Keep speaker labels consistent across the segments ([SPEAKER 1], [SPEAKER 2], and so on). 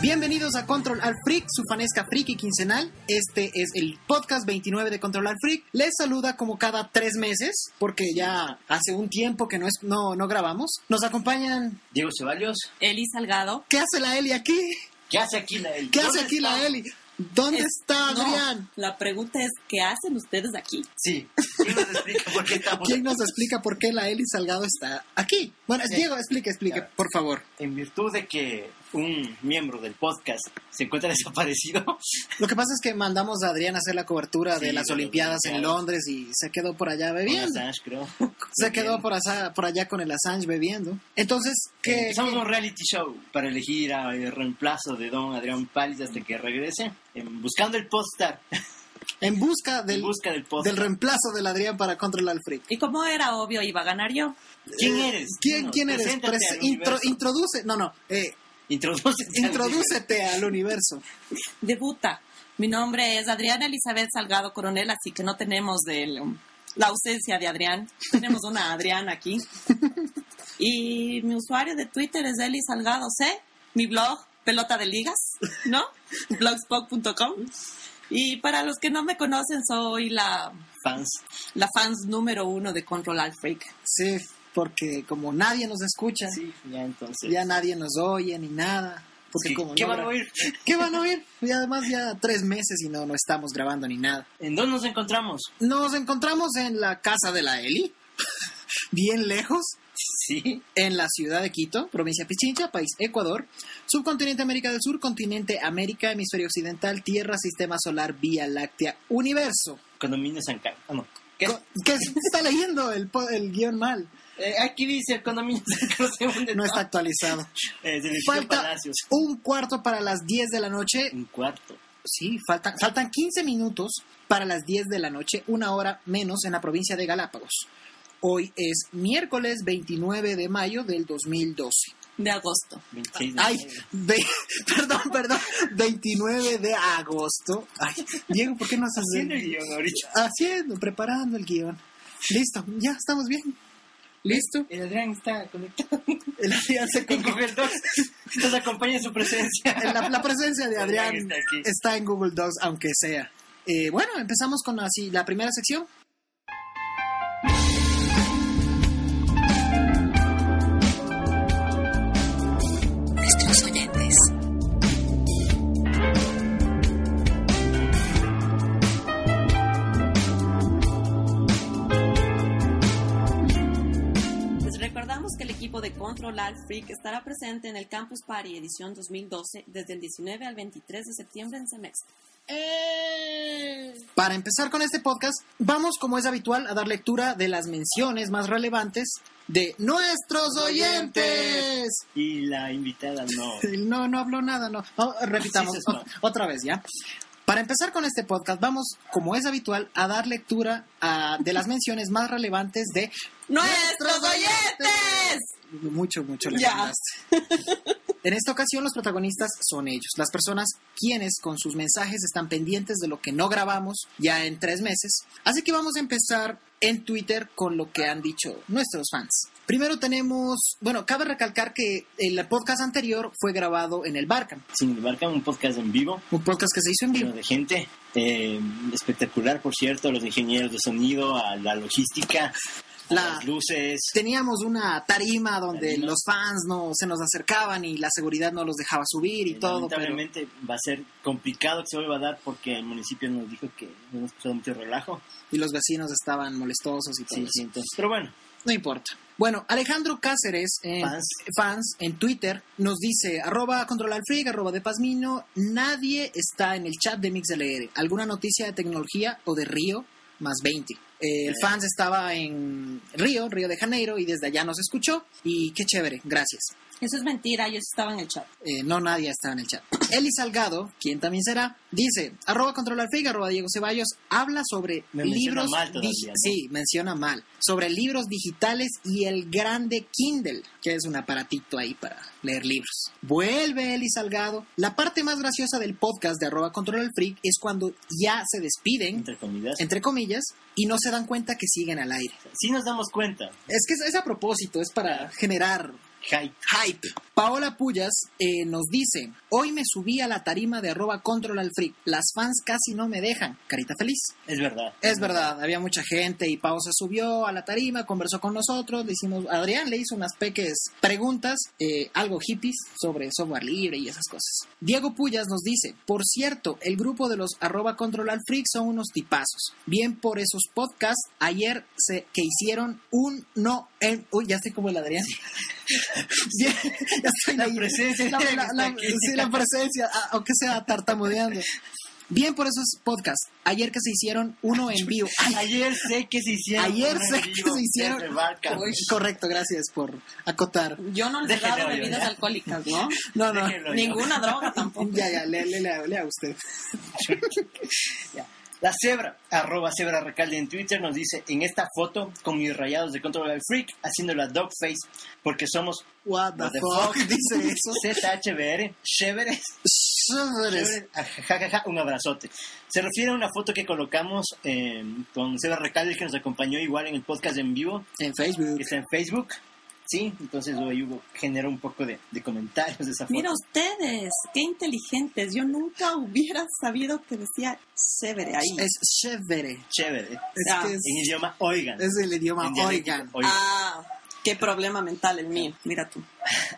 [SPEAKER 1] Bienvenidos a Control al Freak, su fanesca friki quincenal. Este es el podcast 29 de Control al Freak. Les saluda como cada tres meses, porque ya hace un tiempo que no, es, no, no grabamos. Nos acompañan...
[SPEAKER 2] Diego Ceballos.
[SPEAKER 3] Eli Salgado.
[SPEAKER 1] ¿Qué hace la Eli aquí?
[SPEAKER 2] ¿Qué hace aquí la Eli?
[SPEAKER 1] ¿Qué hace aquí
[SPEAKER 2] está?
[SPEAKER 1] la Eli? ¿Dónde
[SPEAKER 3] Es-
[SPEAKER 1] está
[SPEAKER 3] no,
[SPEAKER 1] Adrián?
[SPEAKER 3] La pregunta es, ¿qué hacen ustedes aquí?
[SPEAKER 2] Sí. ¿Quién nos explica por qué estamos
[SPEAKER 1] ¿Quién nos explica por qué la Eli Salgado está aquí? Bueno,
[SPEAKER 2] Sí.
[SPEAKER 1] Diego, explica, explica,
[SPEAKER 2] Claro.
[SPEAKER 1] por favor.
[SPEAKER 2] En virtud de que un miembro del podcast se encuentra desaparecido.
[SPEAKER 1] Lo que pasa es que mandamos a Adrián a hacer la cobertura
[SPEAKER 2] Sí,
[SPEAKER 1] de las
[SPEAKER 2] de las
[SPEAKER 1] Olimpiadas en
[SPEAKER 2] Olimpiadas.
[SPEAKER 1] Londres y se quedó por allá
[SPEAKER 2] Con
[SPEAKER 1] bebiendo.
[SPEAKER 2] Assange, creo.
[SPEAKER 1] Se quedó por, asa- por allá con el Assange bebiendo. Entonces, ¿qué,
[SPEAKER 2] Empezamos
[SPEAKER 1] qué-
[SPEAKER 2] un reality show para elegir al reemplazo de don Adrián Páliz hasta que regrese. en Buscando el postar.
[SPEAKER 1] en busca del,
[SPEAKER 2] En busca del
[SPEAKER 1] del
[SPEAKER 2] postar.
[SPEAKER 1] reemplazo del Adrián para controlar al freak.
[SPEAKER 3] Y como era obvio, iba a ganar yo.
[SPEAKER 2] ¿Quién eres?
[SPEAKER 1] ¿Quién,
[SPEAKER 2] Bueno,
[SPEAKER 1] quién eres?
[SPEAKER 2] preséntate
[SPEAKER 1] Prese-
[SPEAKER 2] al
[SPEAKER 1] intro-
[SPEAKER 2] universo.
[SPEAKER 1] introduce, no, no, eh,
[SPEAKER 2] Introdúcete. al universo.
[SPEAKER 1] introdúcete al universo.
[SPEAKER 3] Debuta. Mi nombre es Adriana Elizabeth Salgado Coronel, así que no tenemos el, um, la ausencia de Adrián. Tenemos una Adriana aquí. Y mi usuario de Twitter es Eli Salgado C. Mi blog, Pelota de Ligas, ¿no? Blogspot.com. Y para los que no me conocen, soy la,
[SPEAKER 2] Fans.
[SPEAKER 3] la fans número uno de Control Alt Freak.
[SPEAKER 1] Sí, porque como nadie nos escucha,
[SPEAKER 2] Sí, ya entonces.
[SPEAKER 1] ya nadie nos oye ni nada. Porque
[SPEAKER 2] Sí,
[SPEAKER 1] como
[SPEAKER 2] ¿Qué
[SPEAKER 1] no
[SPEAKER 2] van a
[SPEAKER 1] gra-
[SPEAKER 2] oír?
[SPEAKER 1] ¿Qué van a oír? Y además ya tres meses y no, no estamos grabando ni nada.
[SPEAKER 2] ¿En dónde nos encontramos?
[SPEAKER 1] Nos encontramos en la casa de la Eli, bien lejos,
[SPEAKER 2] Sí.
[SPEAKER 1] en la ciudad de Quito, provincia Pichincha, país Ecuador, subcontinente América del Sur, continente América, hemisferio occidental, Tierra, sistema solar, Vía Láctea, universo.
[SPEAKER 2] Condominio San Carlos. Ah, no. ¿Qué?
[SPEAKER 1] ¿Qué, qué está leyendo el, po- el guión mal?
[SPEAKER 2] Eh, aquí dice el condominio San Carlos segundo.
[SPEAKER 1] No está actualizado.
[SPEAKER 2] Eh, de Virgilio
[SPEAKER 1] Falta
[SPEAKER 2] Palacios.
[SPEAKER 1] un cuarto para las 10 de la noche.
[SPEAKER 2] Un cuarto.
[SPEAKER 1] Sí, faltan, faltan 15 minutos para las 10 de la noche, una hora menos en la provincia de Galápagos. Hoy es miércoles 29 de mayo del 2012.
[SPEAKER 3] De agosto.
[SPEAKER 2] 26 de
[SPEAKER 1] Ay,
[SPEAKER 2] mayo.
[SPEAKER 1] ve- perdón, perdón, 29 de agosto. Ay, Diego, ¿por qué no estás
[SPEAKER 2] Haciendo el guión ahorita.
[SPEAKER 1] Haciendo, preparando el guión. Listo, ya estamos bien. Listo.
[SPEAKER 2] El Adrián está conectado
[SPEAKER 1] El Adrián se
[SPEAKER 2] con
[SPEAKER 1] con-
[SPEAKER 2] Google Docs. Nos acompaña en su presencia.
[SPEAKER 1] la, la presencia de
[SPEAKER 2] El
[SPEAKER 1] Adrián
[SPEAKER 2] Adrián está aquí.
[SPEAKER 1] está en Google Docs, aunque sea. Eh, bueno, empezamos con así la primera sección.
[SPEAKER 4] nuestros oyentes.
[SPEAKER 3] Les recordamos que el equipo de Control Alt Freak estará presente en el Campus Party edición 2012 desde el 19 al 23 de septiembre en semestre.
[SPEAKER 1] Para empezar con este podcast, vamos, como es habitual, a dar lectura de las menciones más relevantes de nuestros oyentes.
[SPEAKER 2] Y la invitada no.
[SPEAKER 1] No, no habló nada, no. Oh, repitamos
[SPEAKER 2] Sí, sí, sí, no.
[SPEAKER 1] otra vez, ¿ya? Para empezar con este podcast, vamos, como es habitual, a dar lectura a- de las menciones más relevantes de
[SPEAKER 3] ¡Nuestros oyentes!
[SPEAKER 1] Mucho, mucho le
[SPEAKER 3] Ya.
[SPEAKER 1] mandaste. En esta ocasión los protagonistas son ellos, las personas quienes con sus mensajes están pendientes de lo que no grabamos ya en tres meses. Así que vamos a empezar en Twitter con lo que han dicho nuestros fans. Primero tenemos, bueno, cabe recalcar que el podcast anterior fue grabado en el Barcam,
[SPEAKER 2] Sin embargo, un podcast en vivo
[SPEAKER 1] un podcast que se hizo en
[SPEAKER 2] lleno
[SPEAKER 1] vivo.
[SPEAKER 2] de gente. eh, espectacular, por cierto, a los ingenieros de sonido, a la logística, a
[SPEAKER 1] La-
[SPEAKER 2] las luces.
[SPEAKER 1] Teníamos una tarima donde
[SPEAKER 2] Tarima.
[SPEAKER 1] los fans no se nos acercaban y la seguridad no los dejaba subir y
[SPEAKER 2] Eh,
[SPEAKER 1] todo, pero
[SPEAKER 2] Lamentablemente va a ser complicado que se vuelva a dar porque el municipio nos dijo que hemos pasado mucho relajo.
[SPEAKER 1] y los vecinos estaban molestosos y todo.
[SPEAKER 2] Sí,
[SPEAKER 1] eso.
[SPEAKER 2] sí, entonces, pero bueno,
[SPEAKER 1] No importa. Bueno, Alejandro Cáceres, en fans.
[SPEAKER 2] Fans.
[SPEAKER 1] en Twitter, nos dice, arroba control al freak, arroba de Pazmino, nadie está en el chat de MixLR. ¿Alguna noticia de tecnología o de Río? Más 20. Eh, el
[SPEAKER 2] Sí.
[SPEAKER 1] fans estaba en Río, Río de Janeiro, y desde allá nos escuchó. Y qué chévere, gracias.
[SPEAKER 3] Eso es mentira, yo estaba en el chat.
[SPEAKER 1] Eh, no, nadie está en el chat. Eli Salgado, quien también será, dice, arroba control al freak, arroba Diego Ceballos, habla sobre
[SPEAKER 2] Me menciona
[SPEAKER 1] libros...
[SPEAKER 2] mal todavía,
[SPEAKER 1] dig-
[SPEAKER 2] ¿no?
[SPEAKER 1] Sí, menciona mal. Sobre libros digitales y el grande Kindle, que es un aparatito ahí para leer libros. Vuelve Eli Salgado. La parte más graciosa del podcast de arroba control al freak es cuando ya se despiden,
[SPEAKER 2] entre comidas.
[SPEAKER 1] entre comillas, y no se dan cuenta que siguen al aire.
[SPEAKER 2] sí nos damos cuenta.
[SPEAKER 1] Es que es- es a propósito, es para generar
[SPEAKER 2] Hype.
[SPEAKER 1] hype. Paola Pullas eh, nos dice, hoy me subí a la tarima de arroba control al freak. Las fans casi no me dejan. Carita feliz.
[SPEAKER 2] Es verdad.
[SPEAKER 1] Es verdad, había mucha gente y Pau se subió a la tarima, conversó con nosotros, le hicimos, Adrián le hizo unas peques preguntas, eh, algo hippies sobre software libre y esas cosas. Diego Pullas nos dice, por cierto, el grupo de los arroba control al freak son unos tipazos. Bien por esos podcasts, ayer se, que hicieron un no en... Uy, ya estoy como el Adrián. ya, ya estoy
[SPEAKER 2] La
[SPEAKER 1] ahí.
[SPEAKER 2] presencia
[SPEAKER 1] La- la-
[SPEAKER 2] está
[SPEAKER 1] la-
[SPEAKER 2] aquí.
[SPEAKER 1] sí, la presencia, ah, aunque sea tartamudeando. Bien por esos podcasts. Ayer que se hicieron uno en vivo. Ay,
[SPEAKER 2] Ayer sé que se hicieron.
[SPEAKER 1] ayer
[SPEAKER 2] uno en
[SPEAKER 1] sé que
[SPEAKER 2] vivo
[SPEAKER 1] se hicieron.
[SPEAKER 2] desde Barca.
[SPEAKER 1] Uy, Correcto, gracias por acotar.
[SPEAKER 3] Yo no les he
[SPEAKER 2] Déjenlo
[SPEAKER 3] dado
[SPEAKER 2] yo,
[SPEAKER 3] bebidas
[SPEAKER 2] ya.
[SPEAKER 3] alcohólicas, ¿no?
[SPEAKER 1] No, no.
[SPEAKER 2] Déjenlo.
[SPEAKER 3] Ninguna droga tampoco.
[SPEAKER 1] Ya, ya, lea, lea, lea, lea usted.
[SPEAKER 2] La cebra, arroba cebra recalde en Twitter, nos dice, en esta foto con mis rayados de Control al Freak, haciendo la dog face, porque somos
[SPEAKER 1] What the,
[SPEAKER 2] What the
[SPEAKER 1] fuck? dice eso.
[SPEAKER 2] ZHBR, chéveres,
[SPEAKER 1] Chéveres.
[SPEAKER 2] chéveres, ajajaja, un abrazote. Se refiere a una foto que colocamos eh, con Cebra Recalde, que nos acompañó igual en el podcast en vivo,
[SPEAKER 1] En
[SPEAKER 2] que
[SPEAKER 1] Facebook.
[SPEAKER 2] está en Facebook, ¿sí? Entonces hoy hubo, generó un poco de, de comentarios de esa foto.
[SPEAKER 3] Mira ustedes, qué inteligentes. Yo nunca hubiera sabido que decía chévere ahí.
[SPEAKER 1] Es chévere.
[SPEAKER 2] Chévere,
[SPEAKER 1] Es
[SPEAKER 3] Ah.
[SPEAKER 1] que es,
[SPEAKER 2] en idioma oigan.
[SPEAKER 1] es el idioma
[SPEAKER 2] En dialéctico,
[SPEAKER 1] oigan.
[SPEAKER 3] Ah, qué problema mental el mío. Mira tú.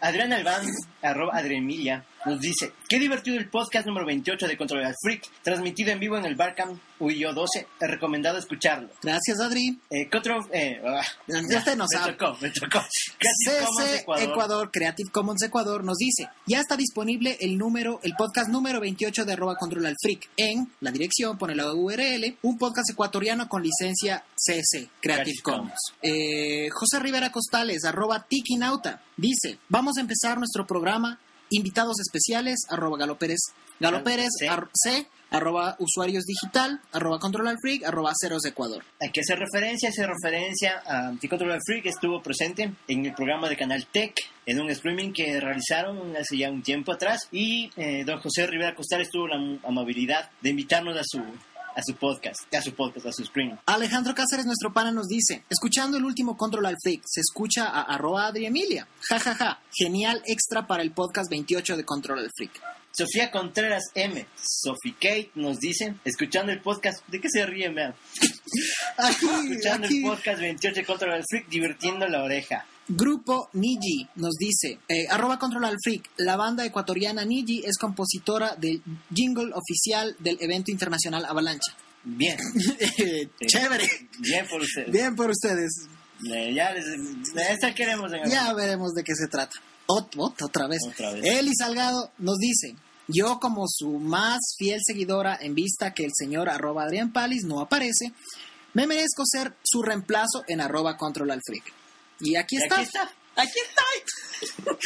[SPEAKER 2] Adrián Albán, arroba Adremilla, nos dice, qué divertido el podcast número 28 de Control al Freak, transmitido en vivo en el Barcam Uyo 12, recomendado escucharlo.
[SPEAKER 1] Gracias, Adri.
[SPEAKER 2] Eh, Control, eh, ah,
[SPEAKER 1] Ya usted no
[SPEAKER 2] me
[SPEAKER 1] sabe.
[SPEAKER 2] tocó, me tocó. Casi Commons
[SPEAKER 1] CC Ecuador. Creative Commons Ecuador, nos dice, ya está disponible el número, el podcast número 28 de arroba control al freak en la dirección, pone la URL, un podcast ecuatoriano con licencia CC Creative
[SPEAKER 2] Creative
[SPEAKER 1] Commons.
[SPEAKER 2] Commons.
[SPEAKER 1] Eh, José Rivera Costales, arroba tikinauta, dice, vamos a empezar nuestro programa, invitados especiales, arroba Galo Pérez, Galo
[SPEAKER 2] Galo,
[SPEAKER 1] Pérez,
[SPEAKER 2] sí.
[SPEAKER 1] ar- C, arroba usuarios digital, arroba control al freak, arroba ceros de Ecuador.
[SPEAKER 2] Hay que hacer referencia, hacer referencia a que Control al Freak estuvo presente en el programa de Canal Tech, en un streaming que realizaron hace ya un tiempo atrás, y eh, don José Rivera Costales tuvo la amabilidad de invitarnos a su, a su podcast, a su podcast, a su streaming.
[SPEAKER 1] Alejandro Cáceres, nuestro pana, nos dice, escuchando el último Control al Freak, se escucha a arroba Adri Emilia. Ja, ja, ja. Genial extra para el podcast 28 de Control al Freak.
[SPEAKER 2] Sofía Contreras M, Sophie Kate nos dice, escuchando el podcast, ¿de qué se ríe, man?
[SPEAKER 1] Aquí,
[SPEAKER 2] Escuchando
[SPEAKER 1] aquí.
[SPEAKER 2] el podcast 28 contra el freak, divirtiendo la oreja.
[SPEAKER 1] Grupo Niji nos dice, eh, arroba Control al Freak, la banda ecuatoriana Niji es compositora del jingle oficial del evento internacional Avalancha.
[SPEAKER 2] Bien,
[SPEAKER 1] Eh, Chévere.
[SPEAKER 2] bien por ustedes.
[SPEAKER 1] Bien por ustedes.
[SPEAKER 2] Eh, ya les, de esta queremos en
[SPEAKER 1] Ya veremos de qué se trata. Ot- ot- otra vez.
[SPEAKER 2] Otra vez.
[SPEAKER 1] Eli Salgado nos dice, yo como su más fiel seguidora en vista que el señor arroba Adrián Palis no aparece, me merezco ser su reemplazo en arroba control al freak. Y aquí
[SPEAKER 2] Y
[SPEAKER 1] está.
[SPEAKER 2] aquí está.
[SPEAKER 3] Aquí estoy.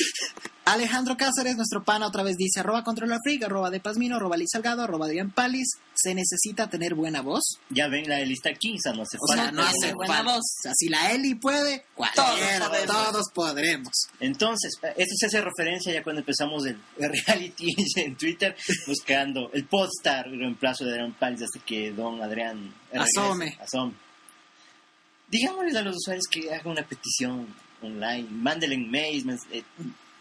[SPEAKER 1] Alejandro Cáceres, nuestro pana, otra vez dice arroba control al freak, arroba de Pazmino, arroba Eli Salgado, arroba Adrián Palis. Se necesita tener buena voz.
[SPEAKER 2] Ya ven la lista aquí, o sea, no hace
[SPEAKER 1] O sea,
[SPEAKER 2] falta.
[SPEAKER 1] no hace
[SPEAKER 3] tener buena
[SPEAKER 1] falta.
[SPEAKER 3] voz.
[SPEAKER 1] O sea, si la Eli puede, cualquiera,
[SPEAKER 3] podemos.
[SPEAKER 1] todos podremos.
[SPEAKER 2] Entonces, eh, esto se hace referencia ya cuando empezamos el el reality en Twitter, buscando el podstar, el reemplazo de Adrián Páliz hasta que don Adrián regrese.
[SPEAKER 1] Asome.
[SPEAKER 2] Asome. digámosles a los usuarios que hagan una petición online, mándenle mails, men- eh,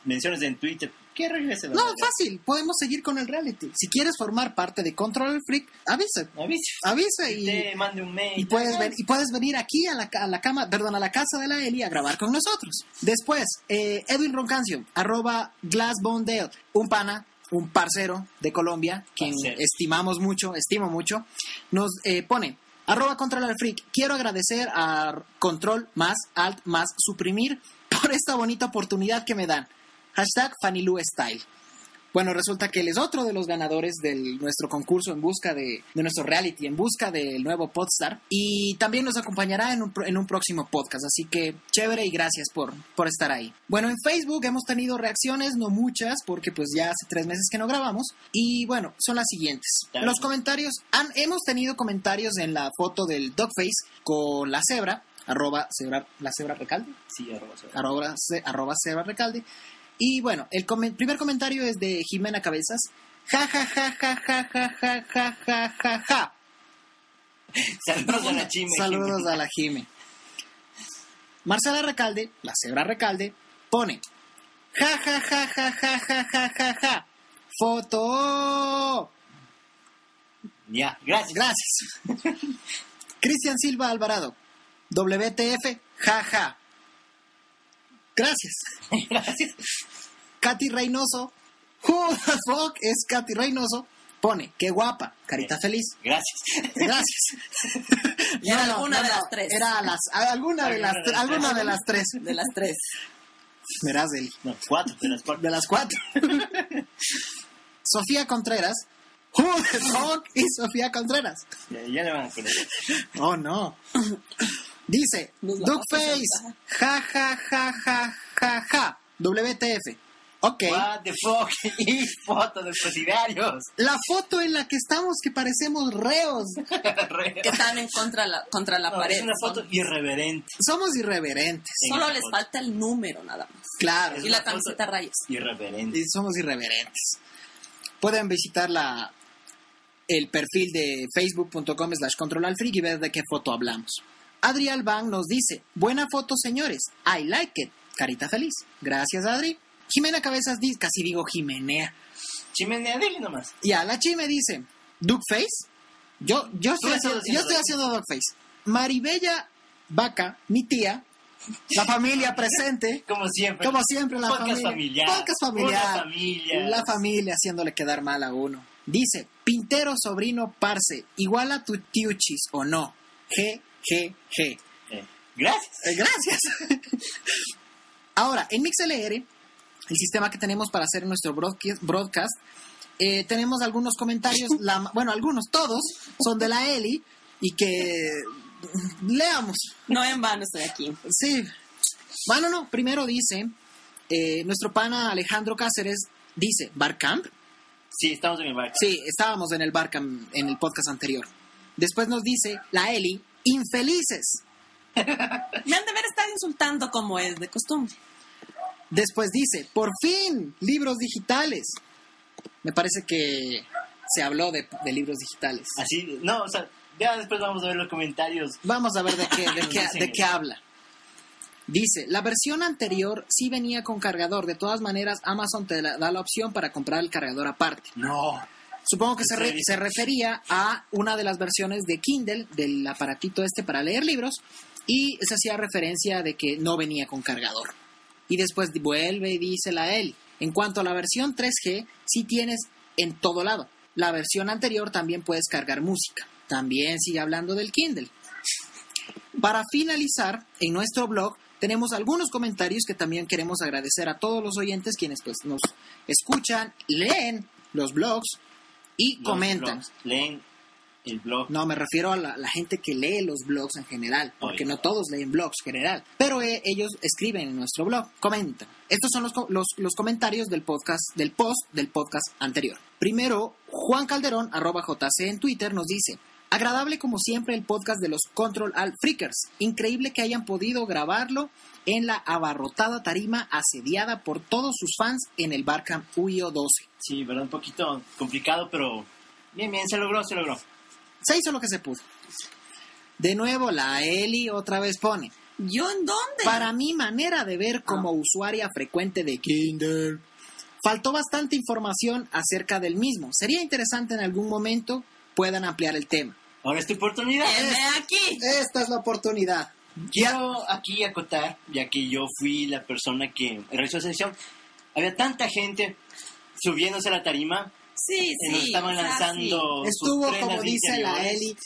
[SPEAKER 2] menciones en Twitter, que regrese. la
[SPEAKER 1] No,
[SPEAKER 2] verdad.
[SPEAKER 1] fácil, podemos seguir con el reality. Si quieres formar parte de Control Freak, avisa,
[SPEAKER 2] Avisa.
[SPEAKER 1] avisa Ah, y,
[SPEAKER 2] Te mande un mail.
[SPEAKER 1] y puedes ver, y puedes venir aquí a la, ca- a la cama, perdón, a la casa de la Eli a grabar con nosotros. Después, eh, Edwin Roncancio, arroba Glassbondale, un pana, un parcero de Colombia, quien
[SPEAKER 2] Parcero.
[SPEAKER 1] estimamos mucho, estimo mucho, nos eh, pone. Arroba Control al Freak. Quiero agradecer a Control más Alt más Suprimir por esta bonita oportunidad que me dan. Hashtag Fanilú Style. Bueno, resulta que él es otro de los ganadores de nuestro concurso en busca de, de nuestro reality, en busca del nuevo Podstar. Y también nos acompañará en un, pro- en un próximo podcast. Así que chévere y gracias por, por estar ahí. Bueno, en Facebook hemos tenido reacciones, no muchas, porque pues ya hace tres meses que no grabamos. Y bueno, son las siguientes.
[SPEAKER 2] Dale.
[SPEAKER 1] Los comentarios, han, hemos tenido comentarios en la foto del Dogface con la cebra, arroba cebra, la cebra recalde
[SPEAKER 2] Sí, arroba, arroba.
[SPEAKER 1] arroba, ce- arroba Seba Recalde. Y bueno, el comen- primer comentario es de Jimena Cabezas. Ja, ja, ja, ja, ja, ja, ja, ja, ja, ja, ja.
[SPEAKER 2] Saludos a la chime.
[SPEAKER 1] Saludos a la Jime. Marcela Recalde, la cebra Recalde, pone. Ja, ja, ja, ja, ja, ja, ja, ja, ja. Foto.
[SPEAKER 2] Ya, gracias.
[SPEAKER 1] Gracias. Cristian Silva Alvarado. WTF, jaja. Gracias. Gracias. Katy Reynoso. Who the fuck es Katy Reynoso? Pone, qué guapa, carita feliz.
[SPEAKER 2] Gracias.
[SPEAKER 1] Gracias.
[SPEAKER 3] Era alguna de las tres.
[SPEAKER 1] Era a las, a- alguna de las, tre- alguna de las tres.
[SPEAKER 3] De las tres.
[SPEAKER 1] Verás, Eli.
[SPEAKER 2] No, cuatro de las cuatro.
[SPEAKER 1] De las cuatro. Sofía Contreras. Who the fuck is Sofía Contreras?
[SPEAKER 2] Ya, ya le van a poner.
[SPEAKER 1] Oh, no. Dice,
[SPEAKER 3] Nos la
[SPEAKER 1] Duckface, ja, ja, ja, ja, ja, ja, WTF. Ok.
[SPEAKER 2] What the fuck? Y fotos de presidiarios.
[SPEAKER 1] La foto en la que estamos que parecemos reos.
[SPEAKER 3] Que están en contra la, contra la
[SPEAKER 2] No,
[SPEAKER 3] pared.
[SPEAKER 2] es una
[SPEAKER 3] Son-
[SPEAKER 2] foto irreverente.
[SPEAKER 1] Somos irreverentes.
[SPEAKER 2] en
[SPEAKER 3] Solo
[SPEAKER 2] esa
[SPEAKER 3] les
[SPEAKER 2] foto.
[SPEAKER 3] falta el número nada más.
[SPEAKER 1] Claro.
[SPEAKER 2] Es
[SPEAKER 3] Y la
[SPEAKER 2] una foto
[SPEAKER 3] camiseta a rayas.
[SPEAKER 2] Irreverente.
[SPEAKER 1] Y Somos irreverentes. Pueden visitar la el perfil de facebook.com slash controlalfreak y ver de qué foto hablamos. Adri Albán nos dice, buena foto señores, I like it, carita feliz. Gracias Adri. Jimena Cabezas dice, casi digo Jimenea.
[SPEAKER 2] Chimenea, dile nomás.
[SPEAKER 1] Y a la chime dice, Duckface. Yo, yo, estoy,
[SPEAKER 2] estás
[SPEAKER 1] haciendo, yo
[SPEAKER 2] haciendo
[SPEAKER 1] estoy haciendo Duckface. Maribella Vaca, mi tía, la familia presente.
[SPEAKER 2] Como siempre.
[SPEAKER 1] Como siempre, la
[SPEAKER 2] Podcast
[SPEAKER 1] familia.
[SPEAKER 2] familiar.
[SPEAKER 1] Podcast familiar.
[SPEAKER 2] Una familia.
[SPEAKER 1] La familia haciéndole quedar mal a uno. Dice, Pintero, sobrino, parce, igual a tu tiuchis o no. G, G, G.
[SPEAKER 2] Eh, gracias.
[SPEAKER 1] Eh, Gracias. Ahora, en MixLR, el sistema que tenemos para hacer nuestro broadca- broadcast, eh, tenemos algunos comentarios, la- bueno, algunos, todos, son de la Eli y que mm, leamos.
[SPEAKER 3] No en vano estoy aquí.
[SPEAKER 1] Sí. Bueno, no, primero dice, eh, nuestro pana Alejandro Cáceres dice, Barcamp.
[SPEAKER 2] Sí, estamos en el bar.
[SPEAKER 1] Sí, estábamos en el Barcamp en el podcast anterior. Después nos dice la Eli, infelices.
[SPEAKER 3] Me han de ver estar insultando como es de costumbre.
[SPEAKER 1] Después dice, por fin, libros digitales. Me parece que se habló de, de libros digitales.
[SPEAKER 2] Así, no, o sea, ya después vamos a ver los comentarios.
[SPEAKER 1] Vamos a ver de qué, de
[SPEAKER 2] Nos
[SPEAKER 1] qué-
[SPEAKER 2] dicen
[SPEAKER 1] de
[SPEAKER 2] eso.
[SPEAKER 1] qué habla. Dice, la versión anterior sí venía con cargador. De todas maneras, Amazon te la- da la opción para comprar el cargador aparte.
[SPEAKER 2] No.
[SPEAKER 1] Supongo que se, re-
[SPEAKER 2] Sí.
[SPEAKER 1] se refería a una de las versiones de Kindle, del aparatito este para leer libros, y se hacía referencia de que no venía con cargador. Y después vuelve y dice la él. En cuanto a la versión 3G, sí tienes en todo lado. La versión anterior también puedes cargar música. También sigue hablando del Kindle. Para finalizar, en nuestro blog tenemos algunos comentarios que también queremos agradecer a todos los oyentes quienes pues nos escuchan, leen los blogs y
[SPEAKER 2] Los
[SPEAKER 1] comentan.
[SPEAKER 2] blogs. Leen el blog.
[SPEAKER 1] No, me refiero a la, la gente que lee los blogs en general, porque
[SPEAKER 2] Oye.
[SPEAKER 1] no todos leen blogs en general, pero eh, ellos escriben en nuestro blog, comentan. Estos son los, co- los, los comentarios del podcast, del post del podcast anterior. Primero, Juan Calderón, arroba JC en Twitter, nos dice, agradable como siempre el podcast de los Control Alt Freakers, increíble que hayan podido grabarlo en la abarrotada tarima asediada por todos sus fans en el Barcamp UIO 12.
[SPEAKER 2] Sí, verdad, un poquito complicado, pero bien, bien, se logró, se logró.
[SPEAKER 1] Se hizo lo que se pudo. De nuevo, la Eli otra vez pone.
[SPEAKER 3] ¿Yo en dónde?
[SPEAKER 1] Para mi manera de ver
[SPEAKER 3] Ah.
[SPEAKER 1] como usuaria frecuente de Kinder, faltó bastante información acerca del mismo. Sería interesante en algún momento puedan ampliar el tema.
[SPEAKER 2] Ahora es tu oportunidad.
[SPEAKER 3] Heme aquí.
[SPEAKER 1] Esta es la oportunidad.
[SPEAKER 2] Quiero aquí acotar, ya que yo fui la persona que realizó esa sesión. Había tanta gente subiéndose a la tarima
[SPEAKER 3] Sí,
[SPEAKER 2] que nos
[SPEAKER 3] sí.
[SPEAKER 2] estaban
[SPEAKER 3] o sea,
[SPEAKER 2] lanzando. sus
[SPEAKER 1] Estuvo,
[SPEAKER 2] prendas
[SPEAKER 1] como dice la
[SPEAKER 2] interiores.
[SPEAKER 1] Eli,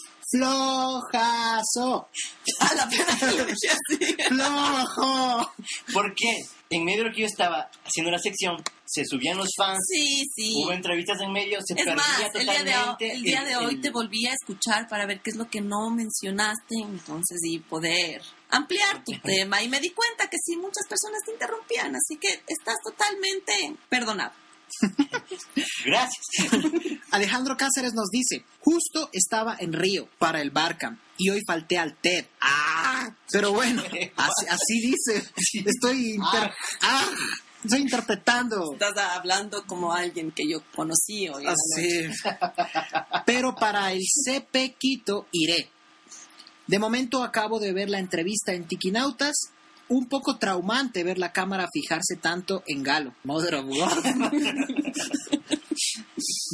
[SPEAKER 1] flojazo,
[SPEAKER 3] sí. A la pena que lo dije así.
[SPEAKER 1] flojo.
[SPEAKER 2] Porque en medio de lo que yo estaba haciendo la sección, se subían los fans,
[SPEAKER 3] Sí, sí.
[SPEAKER 2] hubo entrevistas en medio, se
[SPEAKER 3] Es
[SPEAKER 2] perdía
[SPEAKER 3] más, el día, de, ho-
[SPEAKER 2] totalmente.
[SPEAKER 3] el día de hoy
[SPEAKER 2] el-
[SPEAKER 3] te volví a escuchar para ver qué es lo que no mencionaste, entonces, y poder ampliar tu tema. Y me di cuenta que sí, muchas personas te interrumpían, así que estás totalmente perdonado.
[SPEAKER 2] Gracias.
[SPEAKER 1] Alejandro Cáceres nos dice, justo estaba en Río para el Barcam y hoy falté al TED. ¡Ah! Pero bueno, así, así dice. Estoy, inter- ¡Ah! Estoy interpretando.
[SPEAKER 3] Estás hablando como alguien que yo conocí hoy. en la noche.
[SPEAKER 1] Así. Pero para el CP Quito iré. De momento acabo de ver la entrevista en Tiquinautas. Un poco traumante ver la cámara fijarse tanto en Galo. Mother of God.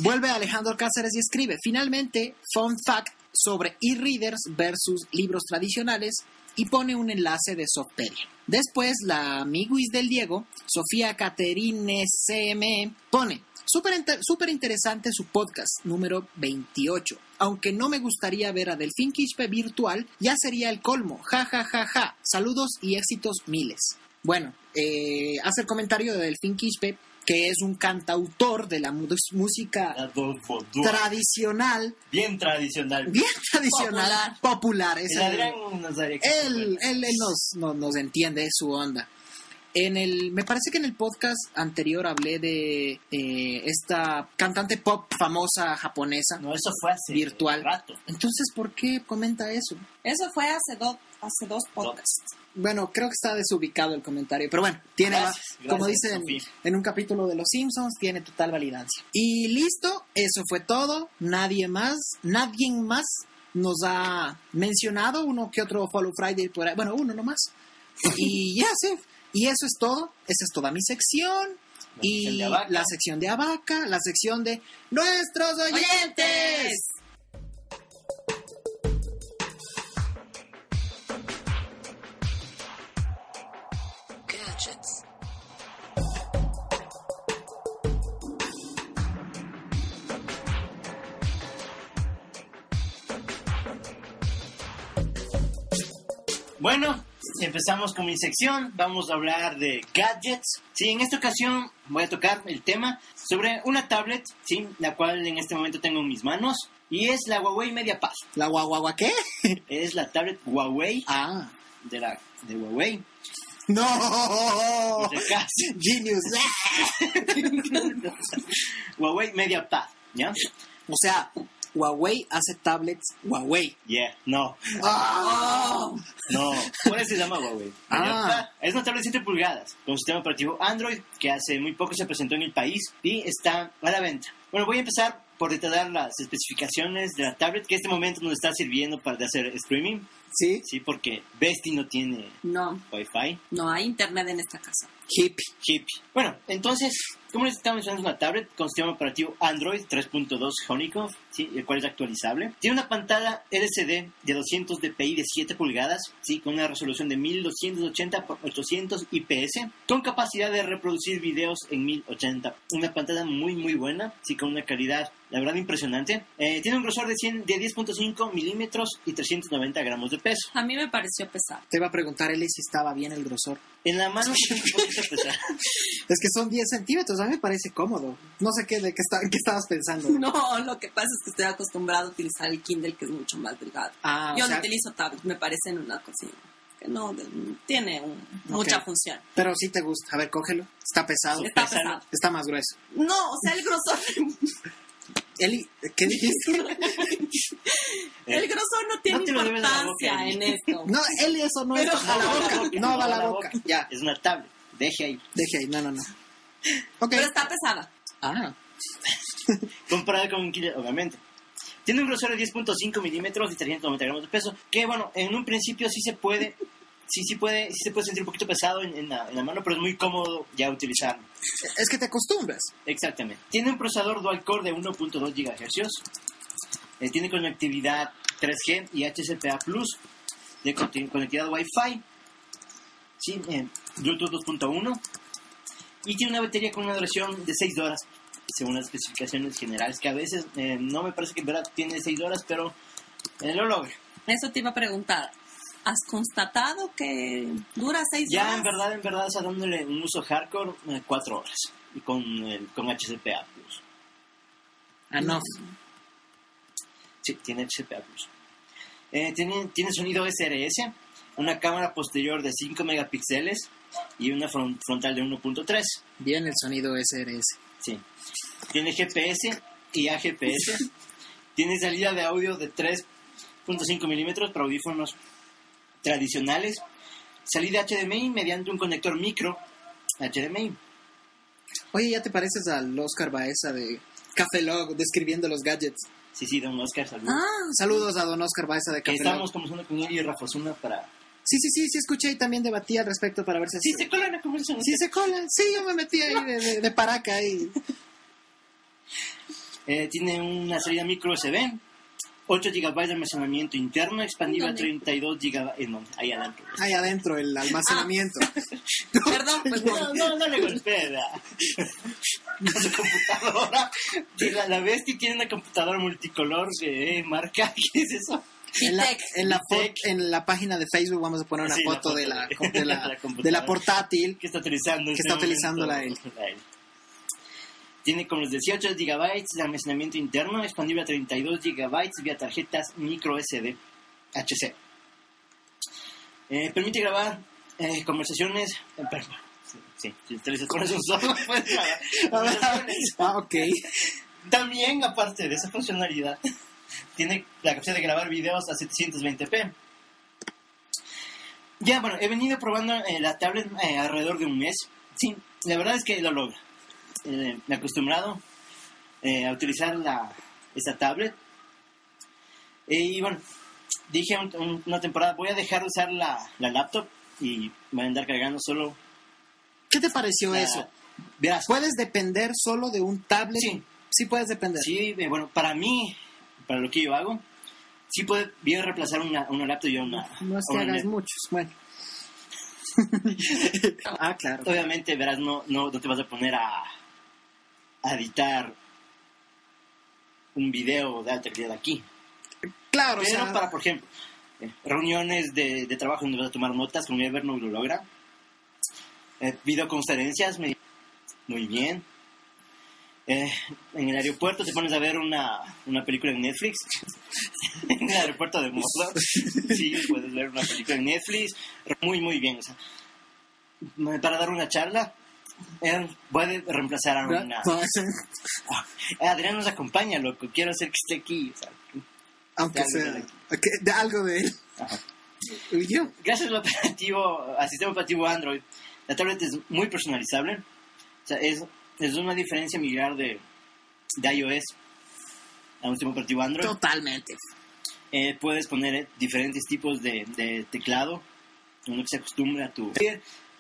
[SPEAKER 1] Vuelve Alejandro Cáceres y escribe. Finalmente, fun fact sobre e-readers versus libros tradicionales y pone un enlace de Softeria. Después, la amiguis del Diego, Sofía Caterine CME, pone. Súper inter- súper interesante su podcast número 28. Aunque no me gustaría ver a Delfín Quispe virtual, ya sería el colmo. Ja, ja, ja, ja. Saludos y éxitos miles. Bueno, eh, hace el comentario de Delfín Quispe, que es un cantautor de la mu- música
[SPEAKER 2] Adolfo Duarte.
[SPEAKER 1] tradicional,
[SPEAKER 2] Bien tradicional.
[SPEAKER 1] bien tradicional, popular. es
[SPEAKER 2] El
[SPEAKER 1] el-
[SPEAKER 2] Adrián nos daría que-
[SPEAKER 1] él, él- él nos, nos- nos entiende es su onda. En el, me parece que en el podcast anterior hablé de eh, esta cantante pop famosa japonesa
[SPEAKER 2] No, eso fue hace
[SPEAKER 1] virtual.
[SPEAKER 2] rato.
[SPEAKER 1] Entonces, ¿por qué comenta eso?
[SPEAKER 3] Eso fue hace, dos hace dos podcasts.
[SPEAKER 1] Bueno, creo que está desubicado el comentario, pero bueno, tiene,
[SPEAKER 2] Gracias,
[SPEAKER 1] como
[SPEAKER 2] gracias,
[SPEAKER 1] dicen
[SPEAKER 2] Sofía.
[SPEAKER 1] en un capítulo de Los Simpsons, tiene total validancia. Y listo, eso fue todo. Nadie más, nadie más nos ha mencionado uno que otro Follow Friday por ahí. Bueno, uno nomás. Y ya sé. Y eso es todo. Esa es toda mi sección.
[SPEAKER 2] La sección
[SPEAKER 1] y
[SPEAKER 2] de Abaca.
[SPEAKER 1] la sección de Abaca, la sección de Nuestros Oyentes.
[SPEAKER 4] Gadgets.
[SPEAKER 2] Bueno, empezamos con mi sección. Vamos a hablar de gadgets. Sí, en esta ocasión voy a tocar el tema sobre una tablet, sí, la cual en este momento tengo en mis manos. Y es la Huawei MediaPad.
[SPEAKER 1] ¿La guagua qué?
[SPEAKER 2] Es la tablet Huawei
[SPEAKER 1] Ah.
[SPEAKER 2] de la de Huawei. este
[SPEAKER 1] No.
[SPEAKER 2] Por si acaso.
[SPEAKER 1] Genius.
[SPEAKER 2] Huawei MediaPad, ¿ya?
[SPEAKER 1] O sea, Huawei hace tablets Huawei.
[SPEAKER 2] Yeah, no,
[SPEAKER 1] ¡Ah!
[SPEAKER 2] no. ¿Cuál se llama Huawei?
[SPEAKER 1] Ah.
[SPEAKER 2] MediaPad. Es una tablet de 7 pulgadas con sistema operativo Android que hace muy poco se presentó en el país y está a la venta. Bueno, voy a empezar por detallar las especificaciones de la tablet que en este momento nos está sirviendo para hacer streaming.
[SPEAKER 1] Sí,
[SPEAKER 2] Sí, porque Besti no tiene
[SPEAKER 3] No,
[SPEAKER 2] Wi-Fi.
[SPEAKER 3] no hay internet en esta casa.
[SPEAKER 1] hip.
[SPEAKER 2] Hippie. Bueno, entonces, como les estaba mencionando, es una tablet con sistema operativo Android 3.2 Honeycomb, ¿sí? el cual es actualizable. Tiene una pantalla LCD de 200 dpi de 7 pulgadas, ¿sí? con una resolución de 1280 x 800 IPS, con capacidad de reproducir videos en 1080. Una pantalla muy, muy buena, ¿sí? con una calidad, la verdad, impresionante. Eh, tiene un grosor de, 100 de 10.5 milímetros y 390 gramos de peso.
[SPEAKER 3] A mí me pareció pesado.
[SPEAKER 1] Te iba a preguntar, Eli, si estaba bien el grosor.
[SPEAKER 2] En la mano, un poquito pesada.
[SPEAKER 1] Es que son 10 centímetros, a mí me parece cómodo. No sé qué, de qué, esta- qué estabas pensando.
[SPEAKER 3] No, lo que pasa es que estoy acostumbrado a utilizar el Kindle, que es mucho más delgado.
[SPEAKER 1] Ah, o
[SPEAKER 3] Yo
[SPEAKER 1] sea,
[SPEAKER 3] no utilizo tablet, me parecen una cocina que no de- tiene un- mucha función.
[SPEAKER 1] pero sí te gusta. A ver, cógelo. Está pesado.
[SPEAKER 3] Está
[SPEAKER 2] pesado.
[SPEAKER 3] pesado.
[SPEAKER 1] Está más grueso.
[SPEAKER 3] No, o sea, el grosor,
[SPEAKER 1] Eli, ¿qué dijiste?
[SPEAKER 3] el grosor no tiene
[SPEAKER 2] No te lo lleves a la boca,
[SPEAKER 3] importancia en
[SPEAKER 2] Eli.
[SPEAKER 3] esto.
[SPEAKER 1] No, Eli, eso no
[SPEAKER 3] Pero-
[SPEAKER 1] es a la boca. No va a la boca. Ya,
[SPEAKER 2] Es una tablet. Deje ahí.
[SPEAKER 1] deje ahí. No, no, no. Ok.
[SPEAKER 3] Pero está pesada.
[SPEAKER 1] Ah,
[SPEAKER 2] Comparada con un kilo, obviamente. Tiene un grosor de 10.5 milímetros y 390 gramos de peso. Que bueno, en un principio sí se puede, sí, sí puede, sí se puede sentir un poquito pesado en, en la, en la mano, pero es muy cómodo ya utilizarlo.
[SPEAKER 1] Es que te acostumbras.
[SPEAKER 2] Exactamente. Tiene un procesador dual core de 1.2 GHz. Eh, tiene conectividad 3G y HCPA Plus de conti- conectividad Wi-Fi. Sí, eh, Bluetooth 2.1. Y tiene una batería con una duración de 6 horas, según las especificaciones generales, que a veces eh, no me parece que en verdad tiene 6 horas, pero eh, lo logra.
[SPEAKER 3] Eso te iba a preguntar. ¿Has constatado que dura seis
[SPEAKER 2] Ya
[SPEAKER 3] horas?
[SPEAKER 2] en verdad, en verdad, está dándole un uso hardcore 4 horas y con, el- con HCPA Plus.
[SPEAKER 5] Ah, no.
[SPEAKER 2] Sí, tiene HCPA Plus. Eh, tiene, tiene sonido SRS, una cámara posterior de 5 megapíxeles y una fron- frontal de 1.3.
[SPEAKER 5] Bien el sonido SRS.
[SPEAKER 2] Sí. Tiene GPS y AGPS. tiene salida de audio de 3.5 milímetros para audífonos tradicionales. Salida HDMI mediante un conector micro HDMI.
[SPEAKER 1] Oye, ya te pareces al Oscar Baeza de Café Log describiendo los gadgets.
[SPEAKER 2] Sí, sí, don Oscar, saludos.
[SPEAKER 3] Ah,
[SPEAKER 1] Saludos a don Oscar Baeza de
[SPEAKER 2] Que
[SPEAKER 1] Café Log.
[SPEAKER 2] estábamos conversando con él y Rafa Osuna para...
[SPEAKER 1] Sí, sí, sí, sí, escuché y también debatí al respecto para ver si
[SPEAKER 2] Sí, se cola la conversación.
[SPEAKER 1] Sí, se cola. Sí, yo me metí ahí de, de- de paraca y
[SPEAKER 2] Eh, tiene una salida micro USB, 8 GB de almacenamiento interno, expandible a
[SPEAKER 3] ¿Dónde?
[SPEAKER 2] 32 GB... eh, no, ahí adelante.
[SPEAKER 1] ahí adentro el almacenamiento.
[SPEAKER 2] Ah,
[SPEAKER 3] perdón, pues
[SPEAKER 2] No,
[SPEAKER 3] perdón.
[SPEAKER 2] no, no le golpees a a su computadora. Y la, la bestia tiene una computadora multicolor que eh, marca. ¿Qué es eso?
[SPEAKER 1] En la,
[SPEAKER 3] Bitec.
[SPEAKER 1] en, la fo-
[SPEAKER 2] Bitec.
[SPEAKER 1] en la página de Facebook vamos a poner una
[SPEAKER 2] Sí, la
[SPEAKER 1] foto, de,
[SPEAKER 2] foto
[SPEAKER 1] la,
[SPEAKER 2] de-
[SPEAKER 1] de la-
[SPEAKER 2] de la computadora.
[SPEAKER 1] de la portátil.
[SPEAKER 2] ¿Qué está utilizando? en
[SPEAKER 1] ¿Qué
[SPEAKER 2] este
[SPEAKER 1] está utilizando
[SPEAKER 2] momento? Tiene como los 18 GB de almacenamiento interno, expandible a 32 GB vía tarjetas micro SD HC. Eh, permite grabar eh, conversaciones. eh, perdón, sí, sí, si utilizas conversaciones solo, puedes grabar pues, conversaciones.
[SPEAKER 1] Ah, ok.
[SPEAKER 2] También, aparte de esa funcionalidad, tiene la capacidad de grabar videos a 720p. Ya, bueno, he venido probando eh, la tablet eh, alrededor de un mes. Sí, la verdad es que lo logra. Eh, me he acostumbrado eh, a utilizar la, esta tablet. Eh, y bueno, dije un- un- una temporada, voy a dejar de usar la, la laptop y voy a andar cargando solo
[SPEAKER 1] ¿Qué te pareció
[SPEAKER 2] la-
[SPEAKER 1] eso?
[SPEAKER 2] Verás,
[SPEAKER 1] ¿Puedes depender solo de un tablet?
[SPEAKER 2] Sí.
[SPEAKER 1] Sí puedes depender.
[SPEAKER 2] Sí, eh, bueno, para mí, para lo que yo hago, sí puede bien reemplazar una, una laptop y una...
[SPEAKER 1] No es que
[SPEAKER 2] una
[SPEAKER 1] hagas
[SPEAKER 2] net.
[SPEAKER 1] muchos. Bueno. ah, claro.
[SPEAKER 2] Obviamente, verás, no, no, no te vas a poner a, a editar un video de alta calidad aquí.
[SPEAKER 1] Claro, o
[SPEAKER 2] Pero
[SPEAKER 1] sea,
[SPEAKER 2] para, por ejemplo, eh, reuniones de, de trabajo donde vas a tomar notas con Evernote lo logra. Eh, videoconferencias, me- muy bien. Eh, en el aeropuerto te pones a ver una, una película en Netflix. en el aeropuerto de Moscú. Sí, puedes ver una película en Netflix. Muy, muy bien. o sea, me- para dar una charla, eh, puede reemplazar a una... Eh, Adrián nos acompaña, loco. Quiero hacer que esté aquí. o sea,
[SPEAKER 1] Aunque
[SPEAKER 2] de algo
[SPEAKER 1] sea
[SPEAKER 2] de-
[SPEAKER 1] que- de algo de él.
[SPEAKER 2] Ajá.
[SPEAKER 1] Y Yo.
[SPEAKER 2] gracias al operativo, al sistema operativo Android, la tablet es muy personalizable. O sea, es, es una diferencia migrar de, de iOS a un sistema operativo Android.
[SPEAKER 5] Totalmente.
[SPEAKER 2] Eh, puedes poner eh, diferentes tipos de, de teclado, uno que se acostumbre a tu...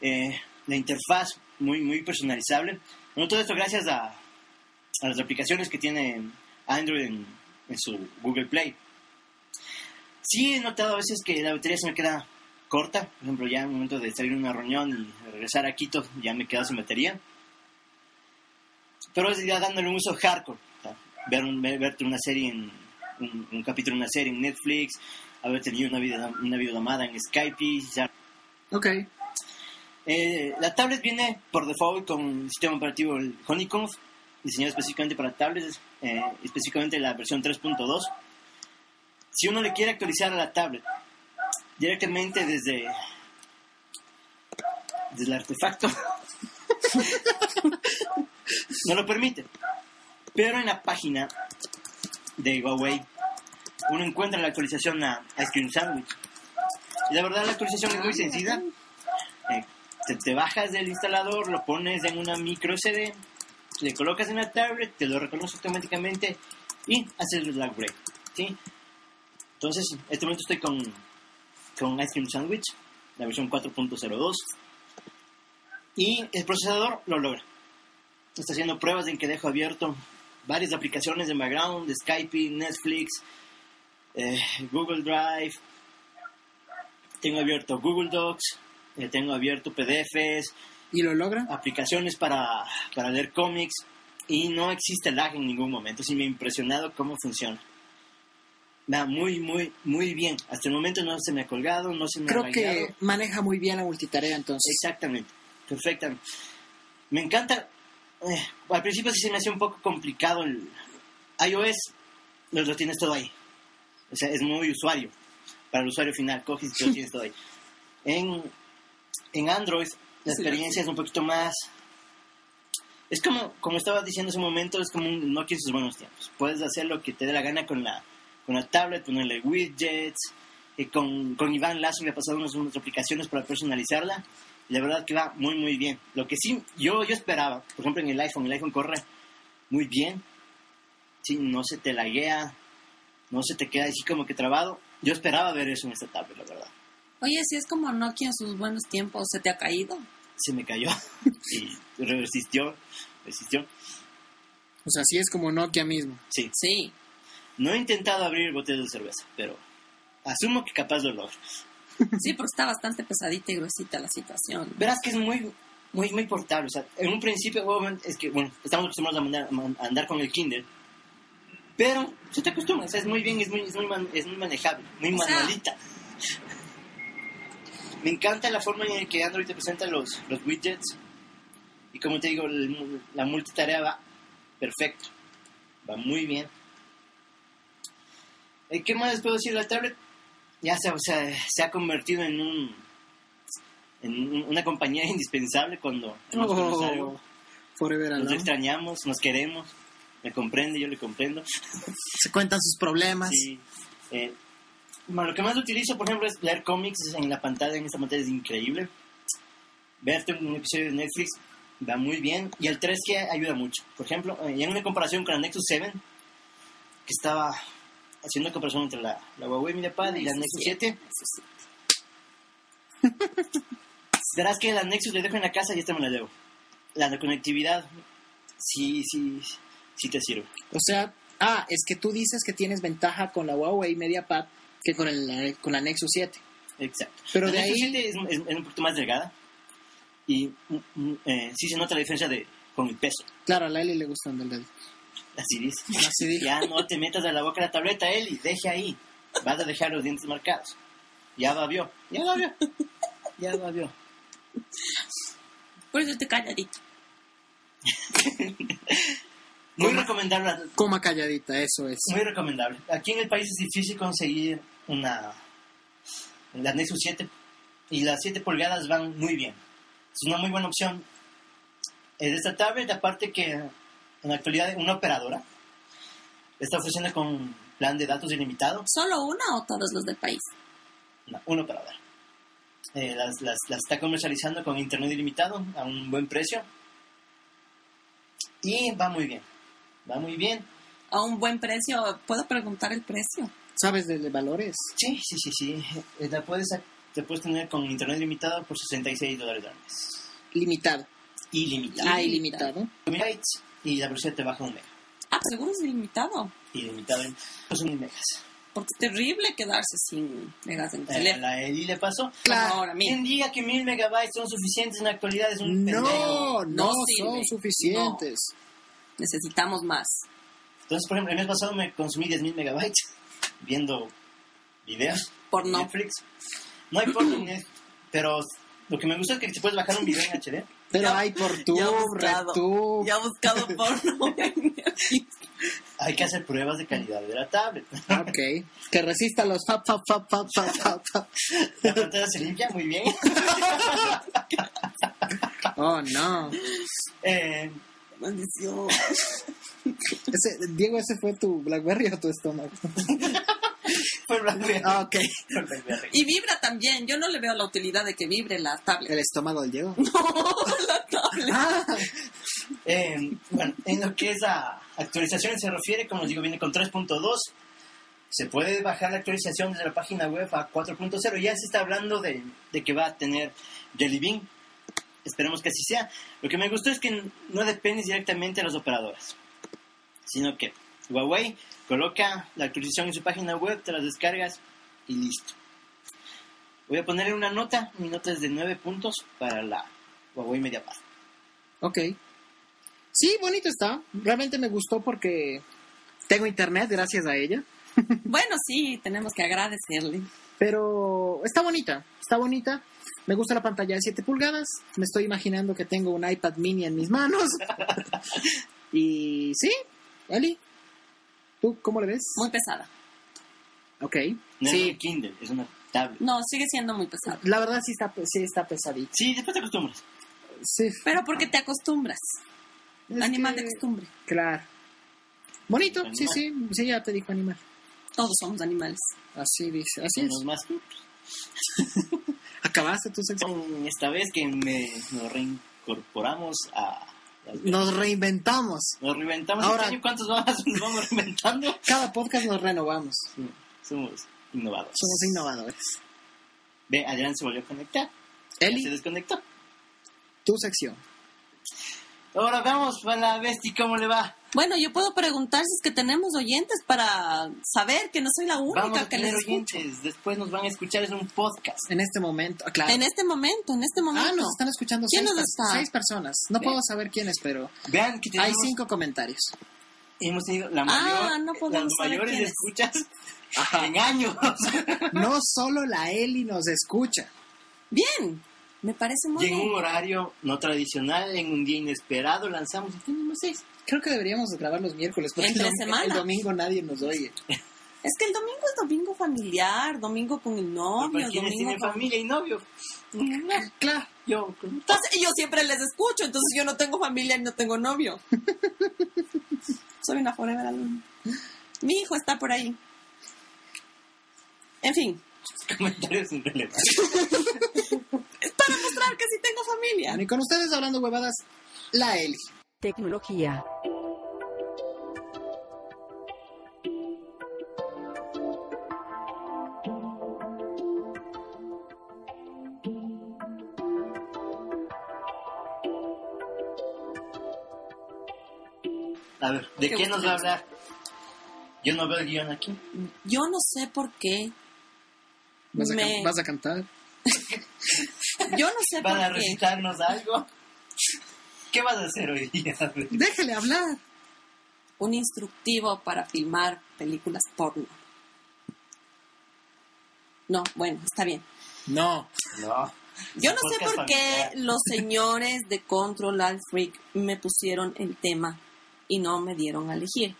[SPEAKER 2] Eh, la interfaz muy, muy personalizable. Bueno, todo esto gracias a, a las aplicaciones que tiene Android en, en su Google Play. Sí he notado a veces que la batería se me queda corta. Por ejemplo, ya en el momento de salir a una reunión y regresar a Quito, ya me queda sin batería. Pero es ya dándole un uso hardcore. o sea, Ver, un- ver- verte una serie en... Un, un capítulo de una serie en Netflix, haber tenido una, vida, una videollamada en Skype, y ya
[SPEAKER 1] Ok.
[SPEAKER 2] eh, la tablet viene por default con el sistema operativo el Honeycomb, diseñado específicamente para tablets, eh, específicamente la versión 3.2. Si uno le quiere actualizar a la tablet directamente desde, desde el artefacto, Pues, no lo permite. Pero en la página de Huawei uno encuentra la actualización a Ice Cream Sandwich. Y la verdad la actualización es muy sencilla. Eh, te, te bajas del instalador, lo pones en una micro SD, le colocas en la tablet, te lo reconoce automáticamente y haces el upgrade. Sí. Entonces, en este momento estoy con, con Ice Cream Sandwich, la versión 4.02. Y el procesador lo logra. Está haciendo pruebas en que dejo abierto varias aplicaciones de background, de Skype, Netflix, eh, Google Drive. Tengo abierto Google Docs, eh, tengo abierto PDFs,
[SPEAKER 5] ¿Y lo logra?
[SPEAKER 2] aplicaciones para, para leer cómics y no existe lag en ningún momento. Sí, me ha impresionado cómo funciona. Va muy, muy, muy bien. Hasta el momento no se me ha colgado, no se me ha
[SPEAKER 5] Creo
[SPEAKER 2] lagueado.
[SPEAKER 5] que maneja muy bien la multitarea entonces.
[SPEAKER 2] Exactamente, perfectamente. Me encanta. eh, al principio sí se me hacía un poco complicado el iOS, lo, lo tienes todo ahí. O sea, es muy usuario. Para el usuario final, coges y lo tienes todo ahí. En, en Android, la
[SPEAKER 3] Sí.
[SPEAKER 2] experiencia es un poquito más. Es como, como estaba diciendo hace un momento, es como un Nokia en sus buenos tiempos. Puedes hacer lo que te dé la gana con la, con la tablet, ponerle widgets. eh, con, con Iván Lazo me ha pasado unas, unas aplicaciones para personalizarla. La verdad que va muy, muy bien. Lo que sí, yo, yo esperaba, por ejemplo, en el iPhone, el iPhone corre muy bien. Sí, no se te laguea, no se te queda así como que trabado. Yo esperaba ver eso en esta tablet, la verdad.
[SPEAKER 3] Oye, si es como Nokia en sus buenos tiempos, ¿se te ha caído?
[SPEAKER 2] Se me cayó y resistió, resistió.
[SPEAKER 5] O sea, sí es como Nokia mismo.
[SPEAKER 2] Sí,
[SPEAKER 3] Sí.
[SPEAKER 2] no he intentado abrir botellas de cerveza, pero asumo que capaz lo logro.
[SPEAKER 3] Sí, porque está bastante pesadita y gruesita la situación.
[SPEAKER 2] Verás que es muy, muy, muy portable. O sea, en un principio, obviamente, es que, bueno, estamos acostumbrados a, mandar- a man- a andar con el Kindle. Pero se te acostumbra, o sea, es muy bien, es muy, es muy, man- es muy manejable, muy
[SPEAKER 3] O sea-
[SPEAKER 2] manualita. Me encanta la forma en que Android te presenta los, los widgets. Y como te digo, el mu- la multitarea va perfecto. Va muy bien. Eh, ¿Qué más les puedo decir? La tablet ya se, o sea, se ha convertido en un en un- una compañía indispensable cuando nos
[SPEAKER 5] Oh,
[SPEAKER 2] conocemos.
[SPEAKER 5] Forever
[SPEAKER 2] Nos
[SPEAKER 5] Alone.
[SPEAKER 2] extrañamos, nos queremos. Me comprende, yo le comprendo.
[SPEAKER 5] Se cuentan sus problemas.
[SPEAKER 2] Sí. Eh, ma- lo que más utilizo, por ejemplo, es leer cómics en la pantalla. En esta pantalla es increíble. Verte un episodio de Netflix va muy bien. Y el 3 que ayuda mucho. Por ejemplo, eh, en una comparación con la Nexus 7, que estaba haciendo comparación entre la, la Huawei MediaPad y la Nexus 7, verás que la Nexus le dejo en la casa y esta me la debo. La de conectividad, sí, sí, sí te sirve.
[SPEAKER 5] O sea, ah, es que tú dices que tienes ventaja con la Huawei MediaPad que con, el, con la Nexus 7.
[SPEAKER 2] Exacto.
[SPEAKER 5] Pero
[SPEAKER 2] La
[SPEAKER 5] de
[SPEAKER 2] Nexus
[SPEAKER 5] ahí-
[SPEAKER 2] 7 es, es- es un poquito más delgada y mm, mm, eh, sí se nota la diferencia de con el peso.
[SPEAKER 5] Claro, a la Eli le gustan del dedo.
[SPEAKER 2] Así dice.
[SPEAKER 5] Así dijo.
[SPEAKER 2] ya no te metas a la boca la tableta, Eli, deje ahí. Vas a dejar los dientes marcados. Ya babió, ya babió, ya babió.
[SPEAKER 3] Por eso te calladito.
[SPEAKER 2] Muy recomendable,
[SPEAKER 5] Coma calladita, eso es.
[SPEAKER 2] muy recomendable. Aquí en el país es difícil conseguir una la Nexus 7 y las 7 pulgadas van muy bien. Es una muy buena opción. Es esta tablet, aparte que en la actualidad una operadora está ofreciendo con plan de datos ilimitado,
[SPEAKER 3] ¿Solo una o todos los del país?
[SPEAKER 2] no, una operadora. Eh, las, las- las está comercializando con internet ilimitado a un buen precio. Y va muy bien. Va muy bien.
[SPEAKER 3] A un buen precio. ¿Puedo preguntar el precio?
[SPEAKER 5] ¿Sabes de, de valores?
[SPEAKER 2] Sí, sí, sí, sí. Eh, La puedes, te puedes tener con internet limitado por 66 dólares al mes.
[SPEAKER 5] Limitado.
[SPEAKER 2] Ilimitado.
[SPEAKER 5] Ah, ilimitado.
[SPEAKER 2] Megabytes y la velocidad te baja un mega.
[SPEAKER 3] Ah, seguro es ilimitado.
[SPEAKER 2] Ilimitado en pues, un megas.
[SPEAKER 3] Porque es terrible quedarse sin megas en el
[SPEAKER 2] Eh, a
[SPEAKER 3] teléfono.
[SPEAKER 2] la Eli le pasó.
[SPEAKER 3] Claro. Ahora, mira.
[SPEAKER 2] ¿Quién diga que mil megabytes son suficientes en la actualidad? Es un pendejo.
[SPEAKER 5] No, no,
[SPEAKER 3] No sirve.
[SPEAKER 5] son suficientes.
[SPEAKER 3] Necesitamos más.
[SPEAKER 2] Entonces, por ejemplo, el mes pasado me consumí 10.000 megabytes viendo videos.
[SPEAKER 3] Porno.
[SPEAKER 2] Netflix. No hay porno en Netflix, pero lo que me gusta es que te puedes bajar un video en HD.
[SPEAKER 5] Pero
[SPEAKER 3] Ya-
[SPEAKER 5] hay por tu,
[SPEAKER 3] ya he buscado.
[SPEAKER 5] retub.
[SPEAKER 3] Ya he buscado porno.
[SPEAKER 2] Hay que hacer pruebas de calidad de la tablet.
[SPEAKER 5] Ah, Ok. Que resista los fa, fa, fa, fa, fa, fa, fa.
[SPEAKER 2] La pantalla se limpia muy bien.
[SPEAKER 5] Oh, no.
[SPEAKER 2] Eh,
[SPEAKER 3] Maldición.
[SPEAKER 5] Ese, Diego, ¿ese fue tu Blackberry o tu estómago?
[SPEAKER 2] fue Blackberry.
[SPEAKER 5] Ah, ok.
[SPEAKER 2] Fue Blackberry.
[SPEAKER 3] Y vibra también. Yo no le veo la utilidad de que vibre la
[SPEAKER 5] El
[SPEAKER 3] tablet.
[SPEAKER 5] estómago del Diego.
[SPEAKER 3] la tablet.
[SPEAKER 2] Em, Eh, bueno, en lo que es a actualizaciones se refiere, como les digo, viene con 3.2. se puede bajar la actualización desde la página web a 4.0. Ya se está hablando de, de que va a tener Jelly Bean. Esperemos que así sea. Lo que me gustó es que no depende directamente de las operadoras, sino que Huawei coloca la actualización en su página web, te las descargas y listo. Voy a ponerle una nota, mi nota es de 9 puntos para la Huawei MediaPad.
[SPEAKER 1] Ok. Sí, bonito está. Realmente me gustó porque tengo internet gracias a ella.
[SPEAKER 3] Bueno, sí, tenemos que agradecerle.
[SPEAKER 1] Pero está bonita, está bonita. Me gusta la pantalla de 7 pulgadas. Me estoy imaginando que tengo un iPad mini en mis manos. y sí, Eli, ¿tú cómo le ves?
[SPEAKER 3] Muy pesada.
[SPEAKER 1] Ok.
[SPEAKER 2] No es
[SPEAKER 1] Sí,
[SPEAKER 2] un Kindle, es una tablet.
[SPEAKER 3] No, sigue siendo muy pesada.
[SPEAKER 1] la verdad sí está, sí está pesadita.
[SPEAKER 2] Sí, después te acostumbras.
[SPEAKER 1] Sí,
[SPEAKER 3] Pero porque te acostumbras.
[SPEAKER 1] Es
[SPEAKER 3] Animal
[SPEAKER 1] que-
[SPEAKER 3] de costumbre.
[SPEAKER 1] claro. Bonito, sí,
[SPEAKER 2] Animal.
[SPEAKER 1] sí, sí, ya te dijo animal.
[SPEAKER 3] Todos somos animales.
[SPEAKER 1] Así dice, así es.
[SPEAKER 2] Unos más.
[SPEAKER 1] Acabaste tu sección.
[SPEAKER 2] Son esta vez que me, nos reincorporamos a... las-
[SPEAKER 1] Nos reinventamos.
[SPEAKER 2] Nos reinventamos.
[SPEAKER 1] Ahora-
[SPEAKER 2] Este año, ¿Cuántos más nos vamos reinventando?
[SPEAKER 1] Cada podcast nos renovamos.
[SPEAKER 2] Sí, Somos innovadores.
[SPEAKER 1] Somos innovadores.
[SPEAKER 2] Ve, Adrián se volvió a conectar. Ya Se
[SPEAKER 1] Eli,
[SPEAKER 2] desconectó.
[SPEAKER 1] tu sección.
[SPEAKER 2] Ahora vamos para la bestia, ¿cómo le va?
[SPEAKER 3] Bueno, yo puedo preguntar si es que tenemos oyentes para saber que no soy la única
[SPEAKER 2] Vamos a
[SPEAKER 3] que les
[SPEAKER 2] tener
[SPEAKER 3] escucho.
[SPEAKER 2] oyentes. Después nos van a escuchar, es un podcast.
[SPEAKER 1] En este momento, ah, claro.
[SPEAKER 3] En este momento, en este momento.
[SPEAKER 1] Ah, nos están escuchando
[SPEAKER 3] ¿Quién
[SPEAKER 1] seis,
[SPEAKER 3] nos
[SPEAKER 1] per-
[SPEAKER 3] está?
[SPEAKER 1] seis personas. No
[SPEAKER 2] Ve.
[SPEAKER 1] puedo saber quiénes, pero
[SPEAKER 2] Vean que
[SPEAKER 1] hay
[SPEAKER 2] tenemos,
[SPEAKER 1] cinco comentarios.
[SPEAKER 2] hemos tenido la mayor,
[SPEAKER 3] Ah, no podemos
[SPEAKER 2] las
[SPEAKER 3] saber
[SPEAKER 2] mayores
[SPEAKER 3] quiénes.
[SPEAKER 2] escuchas en años.
[SPEAKER 1] No solo la Eli nos escucha.
[SPEAKER 3] Bien, me parece muy
[SPEAKER 2] y en
[SPEAKER 3] bien.
[SPEAKER 2] un horario no tradicional, en un día inesperado, lanzamos este mismo seis.
[SPEAKER 1] Creo que deberíamos grabar los miércoles, porque el,
[SPEAKER 3] Entre
[SPEAKER 1] dom-
[SPEAKER 3] semana.
[SPEAKER 1] el domingo nadie nos oye.
[SPEAKER 3] Es que el domingo es domingo familiar, domingo con el novio,
[SPEAKER 2] Para quienes
[SPEAKER 3] domingo
[SPEAKER 2] tienen
[SPEAKER 3] con...
[SPEAKER 2] familia y novio.
[SPEAKER 1] Claro.
[SPEAKER 2] Yo, con-
[SPEAKER 3] Entonces, yo siempre les escucho, entonces yo no tengo familia y no tengo novio. Soy una forever alone. Mi hijo está por ahí. En fin,
[SPEAKER 2] comentarios irrelevantes.
[SPEAKER 3] es para mostrar que sí tengo familia.
[SPEAKER 1] Y con ustedes hablando huevadas, la Eli.
[SPEAKER 6] Tecnología.
[SPEAKER 2] A ver, ¿de
[SPEAKER 3] Qué
[SPEAKER 2] qué nos
[SPEAKER 3] gusto.
[SPEAKER 2] va a hablar? Yo no veo el guión aquí.
[SPEAKER 3] Yo no sé por qué.
[SPEAKER 1] ¿Vas, a
[SPEAKER 3] Me-
[SPEAKER 1] can- vas a cantar?
[SPEAKER 3] Yo no sé
[SPEAKER 2] ¿Van a
[SPEAKER 3] por qué.
[SPEAKER 2] recitarnos algo? ¿Qué vas a hacer hoy día?
[SPEAKER 1] Déjale hablar.
[SPEAKER 3] Un instructivo para filmar películas porno. No, bueno, está bien.
[SPEAKER 1] No.
[SPEAKER 2] No.
[SPEAKER 3] Yo no sé
[SPEAKER 2] Podcast
[SPEAKER 3] por qué
[SPEAKER 2] familiar.
[SPEAKER 3] los señores de Control Alt Freak me pusieron el tema y no me dieron a elegir.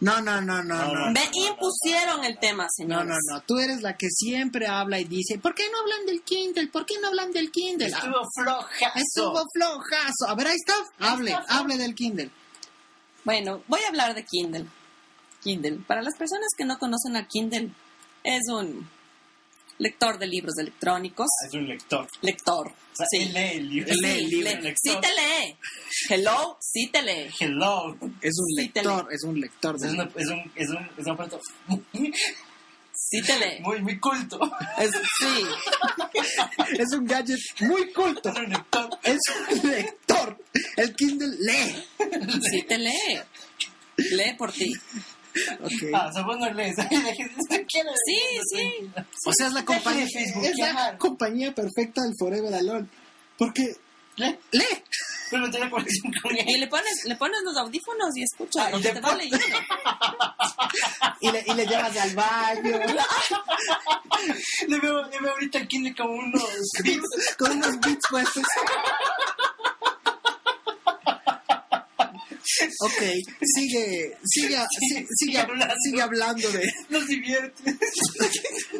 [SPEAKER 1] No, no, no, no, no.
[SPEAKER 3] Me impusieron el tema,
[SPEAKER 1] No,
[SPEAKER 3] señores.
[SPEAKER 1] no, no. Tú eres la que siempre habla y dice, ¿por qué no hablan del Kindle? ¿Por qué no hablan del Kindle? Ah,
[SPEAKER 2] Estuvo floja.
[SPEAKER 1] Estuvo flojazo. A ver, ahí está. Hable, hable del Kindle.
[SPEAKER 3] Bueno, voy a hablar de Kindle. Kindle. Para las personas que no conocen a Kindle, es un lector de libros electrónicos.
[SPEAKER 2] Es un lector.
[SPEAKER 3] Lector.
[SPEAKER 2] O sea, él lee el libro.
[SPEAKER 1] Él lee el libro.
[SPEAKER 3] le-
[SPEAKER 2] Lector.
[SPEAKER 3] sí te lee. Hello, sí te lee.
[SPEAKER 2] Hello.
[SPEAKER 1] Es un
[SPEAKER 3] Sí,
[SPEAKER 1] lector, es un lector.
[SPEAKER 2] Es, una,
[SPEAKER 1] De...
[SPEAKER 2] es un es un es un aparato muy,
[SPEAKER 3] Sí te lee.
[SPEAKER 2] muy muy culto.
[SPEAKER 1] Es,
[SPEAKER 3] Sí.
[SPEAKER 1] es un gadget muy culto.
[SPEAKER 2] Es un lector.
[SPEAKER 1] Es un lector. El Kindle lee.
[SPEAKER 3] Sí te lee. Lee por ti.
[SPEAKER 1] Ok.
[SPEAKER 2] Ah, o sea, vos no lees. Tranquila,
[SPEAKER 3] Sí, sí.
[SPEAKER 2] tranquila.
[SPEAKER 1] O sea, es la
[SPEAKER 2] Déjale
[SPEAKER 1] compañía,
[SPEAKER 2] Facebook,
[SPEAKER 1] es la
[SPEAKER 2] claro.
[SPEAKER 1] compañía perfecta del Forever Alone. Porque
[SPEAKER 2] Lee.
[SPEAKER 1] lee.
[SPEAKER 2] Pero no tiene conexión con
[SPEAKER 3] Y
[SPEAKER 2] él.
[SPEAKER 3] le pones, le pones los audífonos y escucha.
[SPEAKER 2] Ah,
[SPEAKER 3] y
[SPEAKER 2] y te
[SPEAKER 3] te va
[SPEAKER 2] pones-
[SPEAKER 3] leyendo.
[SPEAKER 1] Y le, y le llevas al baño
[SPEAKER 2] Le veo, le veo ahorita al Kindle como unos bits.
[SPEAKER 1] con unos beats puestos. Ok, sigue, sigue, si- sigue,
[SPEAKER 2] sigue hablando.
[SPEAKER 1] sigue hablando de,
[SPEAKER 2] Nos divierte.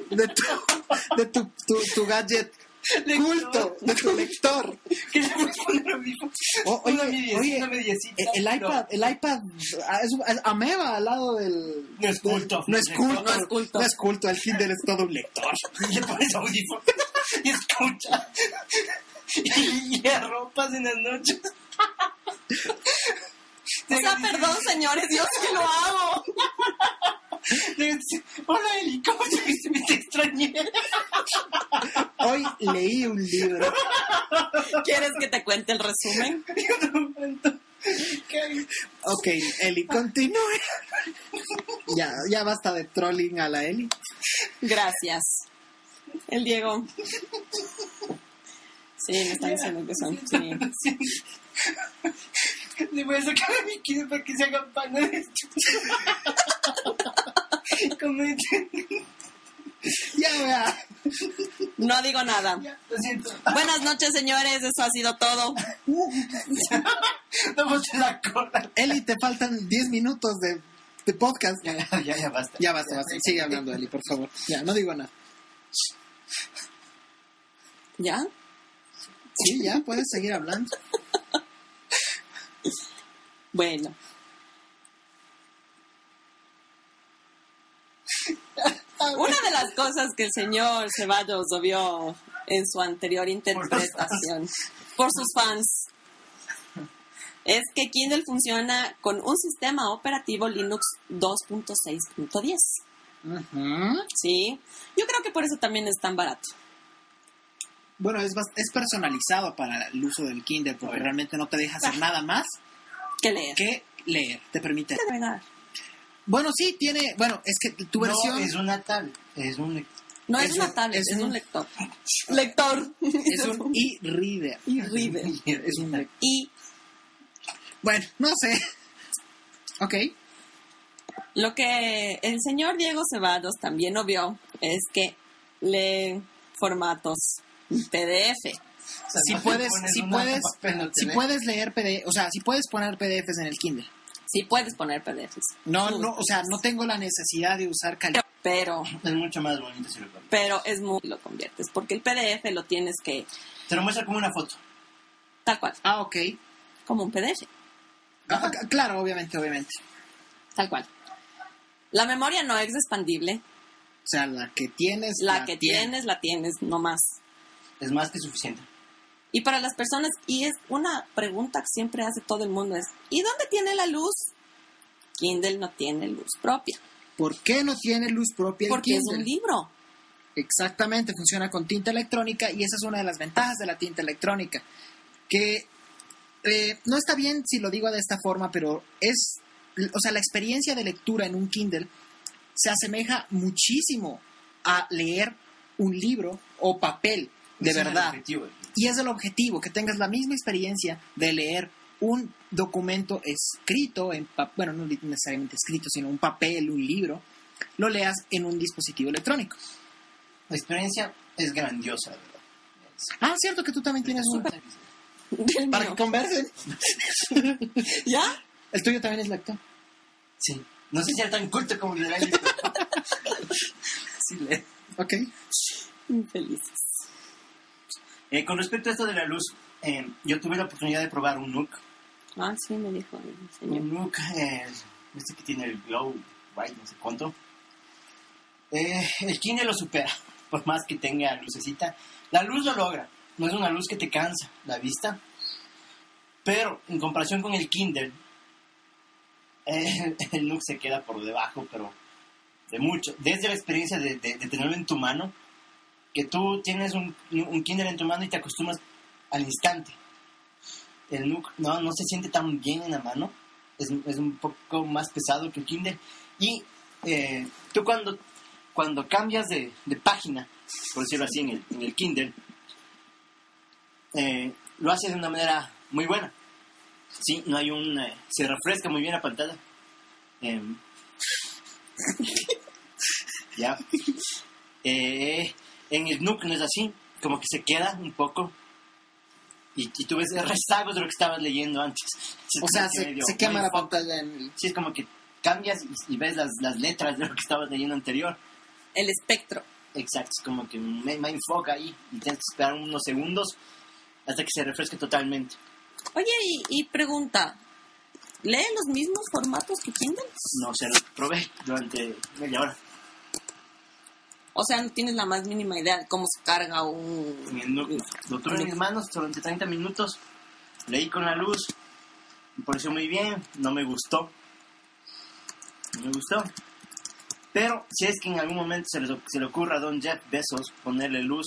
[SPEAKER 1] de tu, de tu, tu, tu gadget culto, de tu lector.
[SPEAKER 2] Que le voy a poner a mi hijo.
[SPEAKER 1] O- oye,
[SPEAKER 2] una mediecita,
[SPEAKER 1] oye,
[SPEAKER 2] una mediecita.
[SPEAKER 1] El, el
[SPEAKER 2] No,
[SPEAKER 1] iPad, el iPad ah, es, un- es ameba al lado del.
[SPEAKER 2] No es culto.
[SPEAKER 1] No es culto.
[SPEAKER 3] No es culto.
[SPEAKER 1] No es culto, El Kindle es todo un lector.
[SPEAKER 2] le pones audífonos y escucha. Y le arropas en las noches.
[SPEAKER 3] O sea, perdón, señores, Dios que lo hago.
[SPEAKER 2] Hola, helicóptero, que te extrañé.
[SPEAKER 1] Hoy leí un libro.
[SPEAKER 3] ¿Quieres que te cuente el resumen?
[SPEAKER 1] Ok, Eli, continúe. ya, ya basta de trolling a la Eli.
[SPEAKER 3] Gracias. El Diego. Sí, me están diciendo que son. Sí.
[SPEAKER 2] Le voy a sacar a mi kid para que se haga pana de esto. Como dice-
[SPEAKER 1] Ya, vea.
[SPEAKER 3] No digo nada.
[SPEAKER 2] Lo siento.
[SPEAKER 3] Buenas noches, señores. Eso ha sido todo.
[SPEAKER 2] No mostré la cola.
[SPEAKER 1] Eli, te faltan 10 minutos de, de podcast.
[SPEAKER 2] Ya, ya, ya, ya, basta.
[SPEAKER 1] Ya basta, basta. Sigue hablando, Eli, por favor. Ya, no digo nada.
[SPEAKER 3] ¿Ya?
[SPEAKER 1] Sí, ya, puedes seguir hablando.
[SPEAKER 3] Bueno. Una de las cosas que el señor Ceballos vio en su anterior interpretación por sus fans es que Kindle funciona con un sistema operativo Linux 2.6.10.
[SPEAKER 1] ¿Mm?
[SPEAKER 3] Sí, yo creo que por eso también es tan barato.
[SPEAKER 1] Bueno, es, bas- es personalizado para el uso del Kindle porque realmente no te deja hacer nada más
[SPEAKER 3] ¿Qué leer?
[SPEAKER 1] que leer. Te permite.
[SPEAKER 3] Navegar.
[SPEAKER 1] Bueno, sí, tiene. Bueno, es que tu versión.
[SPEAKER 2] No, es una tal. Es un.
[SPEAKER 3] No es,
[SPEAKER 1] Es
[SPEAKER 3] una
[SPEAKER 1] un-
[SPEAKER 3] tablet,
[SPEAKER 1] es
[SPEAKER 3] es,
[SPEAKER 1] un-
[SPEAKER 3] un lector. Lector.
[SPEAKER 1] es un e-reader.
[SPEAKER 3] E-reader.
[SPEAKER 1] Es un
[SPEAKER 3] Y
[SPEAKER 1] Bueno, no sé. Ok.
[SPEAKER 3] Lo que el señor Diego Ceballos también obvió es que lee formatos PDF.
[SPEAKER 1] Si puedes, si puedes, si
[SPEAKER 2] puedes.
[SPEAKER 1] puedes leer PDF, o sea, si puedes poner PDFs en el Kindle.
[SPEAKER 3] Sí puedes poner PDFs.
[SPEAKER 1] No,
[SPEAKER 3] Sí,
[SPEAKER 1] no, o sea, no tengo la necesidad de usar cali.
[SPEAKER 3] Pero,
[SPEAKER 2] Es mucho más bonito si lo pones.
[SPEAKER 3] pero es muy lo conviertes porque el PDF lo tienes que
[SPEAKER 2] Te lo muestra como una foto.
[SPEAKER 3] tal cual,
[SPEAKER 1] Ah, ok.
[SPEAKER 3] como un PDF,
[SPEAKER 1] Ah, c- claro, obviamente, obviamente.
[SPEAKER 3] tal cual. La memoria no es expandible.
[SPEAKER 1] O sea, la que tienes,
[SPEAKER 3] La que
[SPEAKER 1] tienes.
[SPEAKER 3] tienes, la tienes, no más.
[SPEAKER 2] Es más que suficiente.
[SPEAKER 3] Y para las personas, y es una pregunta que siempre hace todo el mundo, es ¿y dónde tiene la luz? Kindle no tiene luz propia,
[SPEAKER 1] ¿Por qué no tiene luz propia el
[SPEAKER 3] porque es
[SPEAKER 1] Kindle?
[SPEAKER 3] un libro.
[SPEAKER 1] Exactamente, funciona con tinta electrónica y esa es una de las ventajas de la tinta electrónica. Que eh, no está bien si lo digo de esta forma, pero es, o sea, la experiencia de lectura en un Kindle se asemeja muchísimo a leer un libro o papel, de
[SPEAKER 2] Ese es el
[SPEAKER 1] verdad.
[SPEAKER 2] objetivo.
[SPEAKER 1] Y es el objetivo, que tengas la misma experiencia de leer un documento escrito, en pa- bueno, no necesariamente escrito, sino un papel, un libro, lo leas en un dispositivo electrónico.
[SPEAKER 2] La experiencia es grandiosa, de verdad.
[SPEAKER 1] Ah, cierto que tú también tienes un...
[SPEAKER 3] Del
[SPEAKER 1] Para
[SPEAKER 3] mío.
[SPEAKER 1] que conversen.
[SPEAKER 3] ¿Ya?
[SPEAKER 1] El tuyo también es lactón.
[SPEAKER 2] Sí. No sé si era tan culto como el de la Eli, pero Sí, le-
[SPEAKER 1] Ok.
[SPEAKER 3] Infelices.
[SPEAKER 2] Eh, con respecto a esto de la luz, eh, yo tuve la oportunidad de probar un NUC.
[SPEAKER 3] Ah, sí, me dijo el señor.
[SPEAKER 2] Un NUC, eh, este que tiene el glow white, no sé cuánto. Eh, el Kindle lo supera, por más que tenga lucecita. La luz lo logra, no es una luz que te cansa la vista. Pero en comparación con el Kindle, eh, el NUC se queda por debajo, pero de mucho. Desde la experiencia de, de- de tenerlo en tu mano, que tú tienes un, un Kindle en tu mano y te acostumbras al instante. El NUC no, no se siente tan bien en la mano, es, es un poco más pesado que el Kindle. Y eh, tú cuando, cuando cambias de, de página, por decirlo así, en el, en el Kindle, eh, lo haces de una manera muy buena. Sí, no hay un... eh, se refresca muy bien la pantalla. Em, ya. Eh, en el NUC no es así, como que se queda un poco. Y, y tú ves el rezago de lo que estabas leyendo antes.
[SPEAKER 1] O sea, se,
[SPEAKER 2] medio-
[SPEAKER 1] se quema
[SPEAKER 2] medio
[SPEAKER 1] la pantalla en el...
[SPEAKER 2] Sí, es como que cambias y, y ves las, las letras de lo que estabas leyendo anterior.
[SPEAKER 3] El espectro.
[SPEAKER 2] Exacto, es como que me, enfoca ahí y tienes que esperar unos segundos hasta que se refresque totalmente.
[SPEAKER 3] Oye, y, y pregunta, ¿lee los mismos formatos que Kindle?
[SPEAKER 2] No, se lo probé durante media hora.
[SPEAKER 3] O sea, no tienes la más mínima idea de cómo se carga
[SPEAKER 2] En
[SPEAKER 3] un...
[SPEAKER 2] el núcleo. Lo tuve en mis manos durante 30 minutos. Leí con la luz. Me pareció muy bien. No me gustó. No me gustó. Pero si es que en algún momento se, les o- se le ocurra a Don Jeff Bezos ponerle luz,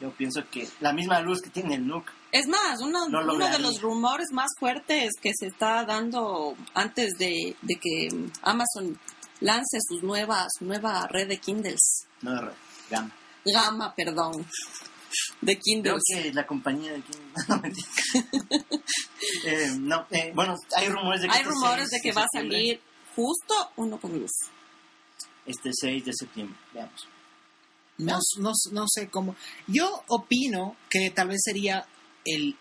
[SPEAKER 2] yo pienso que la misma luz que tiene el Nuke.
[SPEAKER 3] Es más, uno,
[SPEAKER 2] No
[SPEAKER 3] uno
[SPEAKER 2] lograría.
[SPEAKER 3] de los rumores más fuertes que se está dando antes de, de que Amazon lance sus nuevas, su nueva red de Kindles,
[SPEAKER 2] No de red, gama.
[SPEAKER 3] gama, perdón, de
[SPEAKER 2] Creo
[SPEAKER 3] Kindles.
[SPEAKER 2] que la compañía de aquí. No, mentira. Eh, no, eh, bueno, hay rumores de que.
[SPEAKER 3] Hay
[SPEAKER 2] este
[SPEAKER 3] rumores
[SPEAKER 2] 6
[SPEAKER 3] de que va a
[SPEAKER 2] septiembre-
[SPEAKER 3] salir justo uno con luz.
[SPEAKER 2] Este 6 de septiembre, veamos.
[SPEAKER 1] No, no, no sé cómo. Yo opino que tal vez sería el,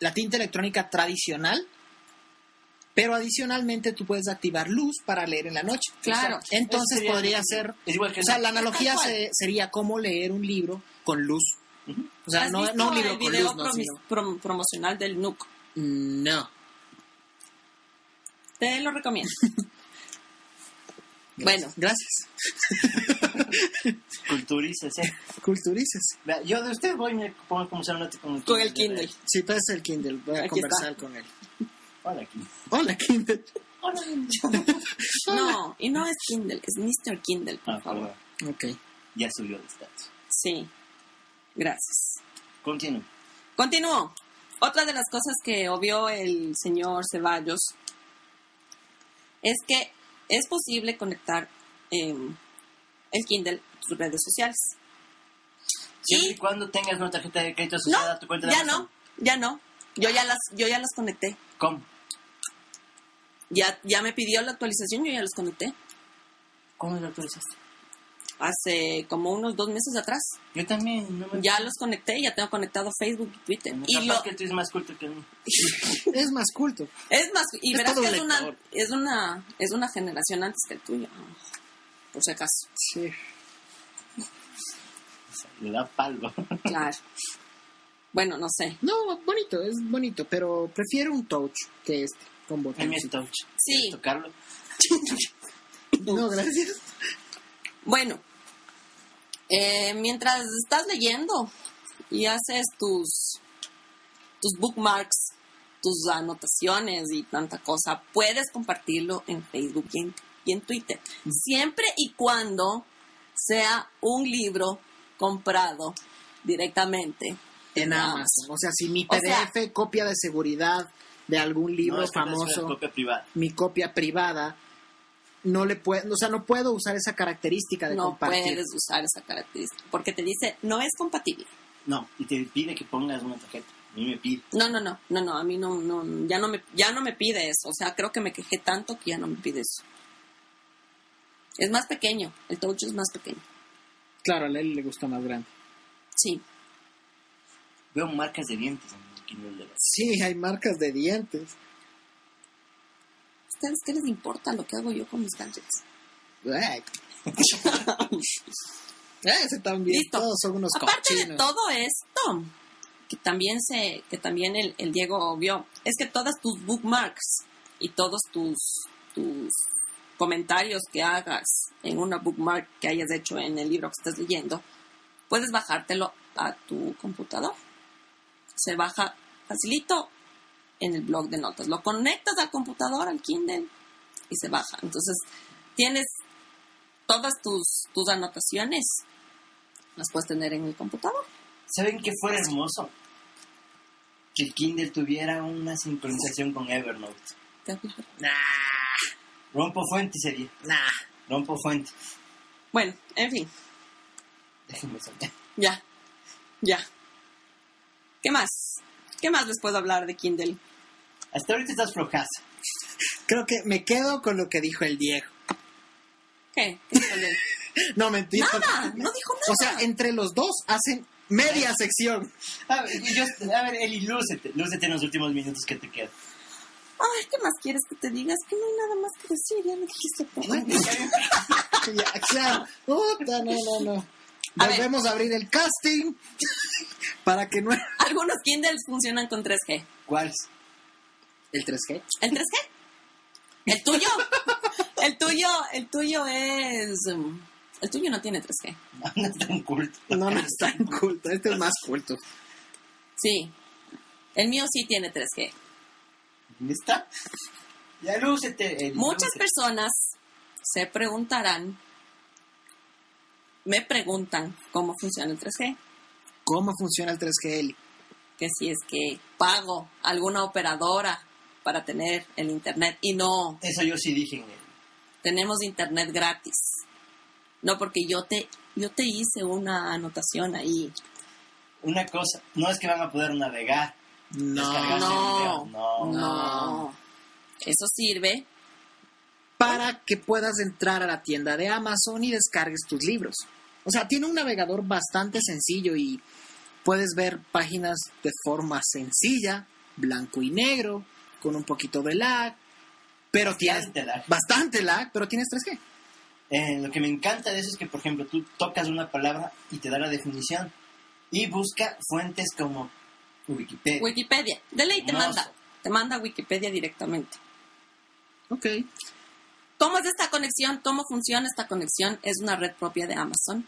[SPEAKER 1] la tinta electrónica tradicional, pero adicionalmente tú puedes activar luz para leer en la noche.
[SPEAKER 3] Claro.
[SPEAKER 1] Entonces
[SPEAKER 2] Sería-
[SPEAKER 1] podría ser.
[SPEAKER 2] Es igual que
[SPEAKER 1] O
[SPEAKER 2] el
[SPEAKER 1] sea,
[SPEAKER 2] Nuke.
[SPEAKER 1] la analogía se- sería como leer un libro con luz. O sea,
[SPEAKER 3] ¿Has
[SPEAKER 1] no,
[SPEAKER 3] visto
[SPEAKER 1] no un libro
[SPEAKER 3] el
[SPEAKER 1] con
[SPEAKER 3] video
[SPEAKER 1] luz, no,
[SPEAKER 3] promis-
[SPEAKER 1] sino-
[SPEAKER 3] prom- promocional del Nuke?
[SPEAKER 1] No.
[SPEAKER 3] Te lo recomiendo. bueno,
[SPEAKER 1] Gracias.
[SPEAKER 2] Culturícese.
[SPEAKER 1] Culturices.
[SPEAKER 2] Vea, Yo de usted voy y me pongo a comenzar una con el
[SPEAKER 3] con el Kindle.
[SPEAKER 1] Sí, pues el Kindle. Voy a
[SPEAKER 3] Aquí
[SPEAKER 1] conversar con él.
[SPEAKER 2] Hola, Kindle.
[SPEAKER 1] Hola, Kindle.
[SPEAKER 3] No, y no es Kindle, es Mr. Kindle, por
[SPEAKER 2] Ah,
[SPEAKER 3] favor.
[SPEAKER 2] perdón.
[SPEAKER 1] Ok.
[SPEAKER 2] Ya subió de estatus.
[SPEAKER 3] Sí, gracias.
[SPEAKER 2] Continúe.
[SPEAKER 3] Continúo. Otra de las cosas que obvió el señor Ceballos es que es posible conectar eh, el Kindle a tus redes sociales.
[SPEAKER 2] Siempre
[SPEAKER 3] Y-
[SPEAKER 2] y cuando tengas una tarjeta de crédito
[SPEAKER 3] No,
[SPEAKER 2] asociada a tu cuenta de
[SPEAKER 3] ya
[SPEAKER 2] Amazon.
[SPEAKER 3] no, ya no. Yo ya las, yo ya las conecté.
[SPEAKER 2] ¿Cómo?
[SPEAKER 3] Ya, ya me pidió la actualización, yo ya los conecté.
[SPEAKER 2] ¿Cómo lo actualizaste?
[SPEAKER 3] Hace como unos dos meses atrás.
[SPEAKER 2] Yo también. No me...
[SPEAKER 3] Ya los conecté, ya tengo conectado Facebook y Twitter.
[SPEAKER 2] Y
[SPEAKER 3] Y lo,
[SPEAKER 2] que tú eres más culto que mí.
[SPEAKER 1] Es más culto.
[SPEAKER 3] Es más, y
[SPEAKER 1] Es
[SPEAKER 3] verás
[SPEAKER 1] todo
[SPEAKER 3] que
[SPEAKER 1] un
[SPEAKER 3] es una,
[SPEAKER 1] lector.
[SPEAKER 3] es, una, es una generación antes que el tuyo, por si acaso.
[SPEAKER 1] Sí.
[SPEAKER 2] Le da palo.
[SPEAKER 3] Claro. bueno, no sé.
[SPEAKER 1] No, bonito, es bonito, pero prefiero un touch que este con
[SPEAKER 2] El mío
[SPEAKER 1] botones.
[SPEAKER 2] es touch.
[SPEAKER 3] Sí.
[SPEAKER 2] ¿Tocarlo?
[SPEAKER 1] No, gracias.
[SPEAKER 3] Bueno, eh, mientras estás leyendo y haces tus, tus bookmarks, tus anotaciones y tanta cosa, puedes compartirlo en Facebook y en, y en Twitter. Siempre y cuando sea un libro comprado directamente
[SPEAKER 1] En Amazon. O sea, si mi PDF, copia de seguridad de algún libro
[SPEAKER 2] no, es que no Es
[SPEAKER 1] famoso,
[SPEAKER 2] una copia privada.
[SPEAKER 1] mi copia privada, no le puedo, o sea, no puedo usar esa característica de
[SPEAKER 3] no
[SPEAKER 1] compartir.
[SPEAKER 3] puedes usar esa característica porque te dice no es compatible.
[SPEAKER 2] No, y te pide que pongas una tarjeta. A mí me pide.
[SPEAKER 3] No, no, no, no, no, a mí no, no, ya no me, ya no me pide eso. O sea, creo que me quejé tanto que ya no me pide eso. Es más pequeño, el touch es más pequeño.
[SPEAKER 1] Claro, a él le gusta más grande.
[SPEAKER 3] Sí,
[SPEAKER 2] Veo marcas de dientes en el Kindle de las-
[SPEAKER 1] Sí, hay marcas de dientes.
[SPEAKER 3] ¿ustedes qué les importa lo que hago yo con mis gadgets?
[SPEAKER 1] Ay. Ese también,
[SPEAKER 3] Listo.
[SPEAKER 1] todos son unos
[SPEAKER 3] Aparte de
[SPEAKER 1] cochinos.
[SPEAKER 3] todo esto, que también se, que también el, el Diego vio, es que todas tus bookmarks y todos tus, tus comentarios que hagas en una bookmark que hayas hecho en el libro que estás leyendo, puedes bajártelo a tu computador. Se baja facilito en el blog de notas. Lo conectas al computador, al Kindle, y se baja. Entonces, tienes todas tus, tus anotaciones, las puedes tener en el computador.
[SPEAKER 2] ¿Saben qué fuera hermoso? Que el Kindle tuviera una sincronización con Evernote.
[SPEAKER 3] Te hablo.
[SPEAKER 2] Rompo fuente sería. Nah. Rompo fuente.
[SPEAKER 3] Bueno, en fin,
[SPEAKER 2] Déjenme soltar.
[SPEAKER 3] ya, ya. ¿Qué más? ¿Qué más les puedo hablar de Kindle?
[SPEAKER 2] Hasta ahorita estás flojazo.
[SPEAKER 1] Creo que me quedo con lo que dijo el Diego.
[SPEAKER 3] ¿Qué? ¿Qué dijo Leo?
[SPEAKER 1] No, mentira.
[SPEAKER 3] nada, no dijo nada.
[SPEAKER 1] O sea, entre los dos hacen media sección.
[SPEAKER 2] A ver, yo- a ver, Eli, lúcete. Lúcete en los últimos minutos que te quedan.
[SPEAKER 3] Ay, ¿qué más quieres que te diga? Es que no hay nada más que decir, ya lo dijiste todo.
[SPEAKER 1] Ya, claro. Puta, no, no, no.
[SPEAKER 3] A ver.
[SPEAKER 1] Volvemos a abrir el casting para que no...
[SPEAKER 3] Algunos Kindles funcionan con 3G.
[SPEAKER 2] ¿Cuál?
[SPEAKER 1] ¿El 3G?
[SPEAKER 3] ¿El 3G? ¿El tuyo? El tuyo, el tuyo es... um, El tuyo no tiene 3G.
[SPEAKER 2] No, no es tan culto.
[SPEAKER 1] No, no es tan culto. Este es más culto.
[SPEAKER 3] Sí. El mío sí tiene 3G.
[SPEAKER 2] ¿Lista? Ya lúcete, Eli.
[SPEAKER 3] Muchas
[SPEAKER 2] lúcete.
[SPEAKER 3] personas se preguntarán me preguntan cómo funciona el 3G,
[SPEAKER 1] ¿Cómo funciona el 3G, Eli?
[SPEAKER 3] que si es que pago a alguna operadora para tener el internet y no
[SPEAKER 2] Eso yo sí dije. en el-
[SPEAKER 3] tenemos internet gratis. No porque yo te yo te hice una anotación ahí.
[SPEAKER 2] Una cosa, no es que van a poder navegar. descargarse el video,
[SPEAKER 3] No,
[SPEAKER 2] Ah, no.
[SPEAKER 3] no. Eso sirve
[SPEAKER 1] para que puedas entrar a la tienda de Amazon y descargues tus libros. O sea, tiene un navegador bastante sencillo y puedes ver páginas de forma sencilla, blanco y negro, con un poquito de lag, pero tienes
[SPEAKER 2] Bastante lag.
[SPEAKER 1] bastante lag, pero tienes 3G.
[SPEAKER 2] Eh, lo que me encanta de eso es que, por ejemplo, tú tocas una palabra y te da la definición. Y busca fuentes como Wikipedia.
[SPEAKER 3] Wikipedia. De ley te
[SPEAKER 2] No.
[SPEAKER 3] manda. Te manda Wikipedia directamente.
[SPEAKER 1] Ok.
[SPEAKER 3] ¿Cómo es esta conexión? ¿Cómo funciona esta conexión? Es una red propia de Amazon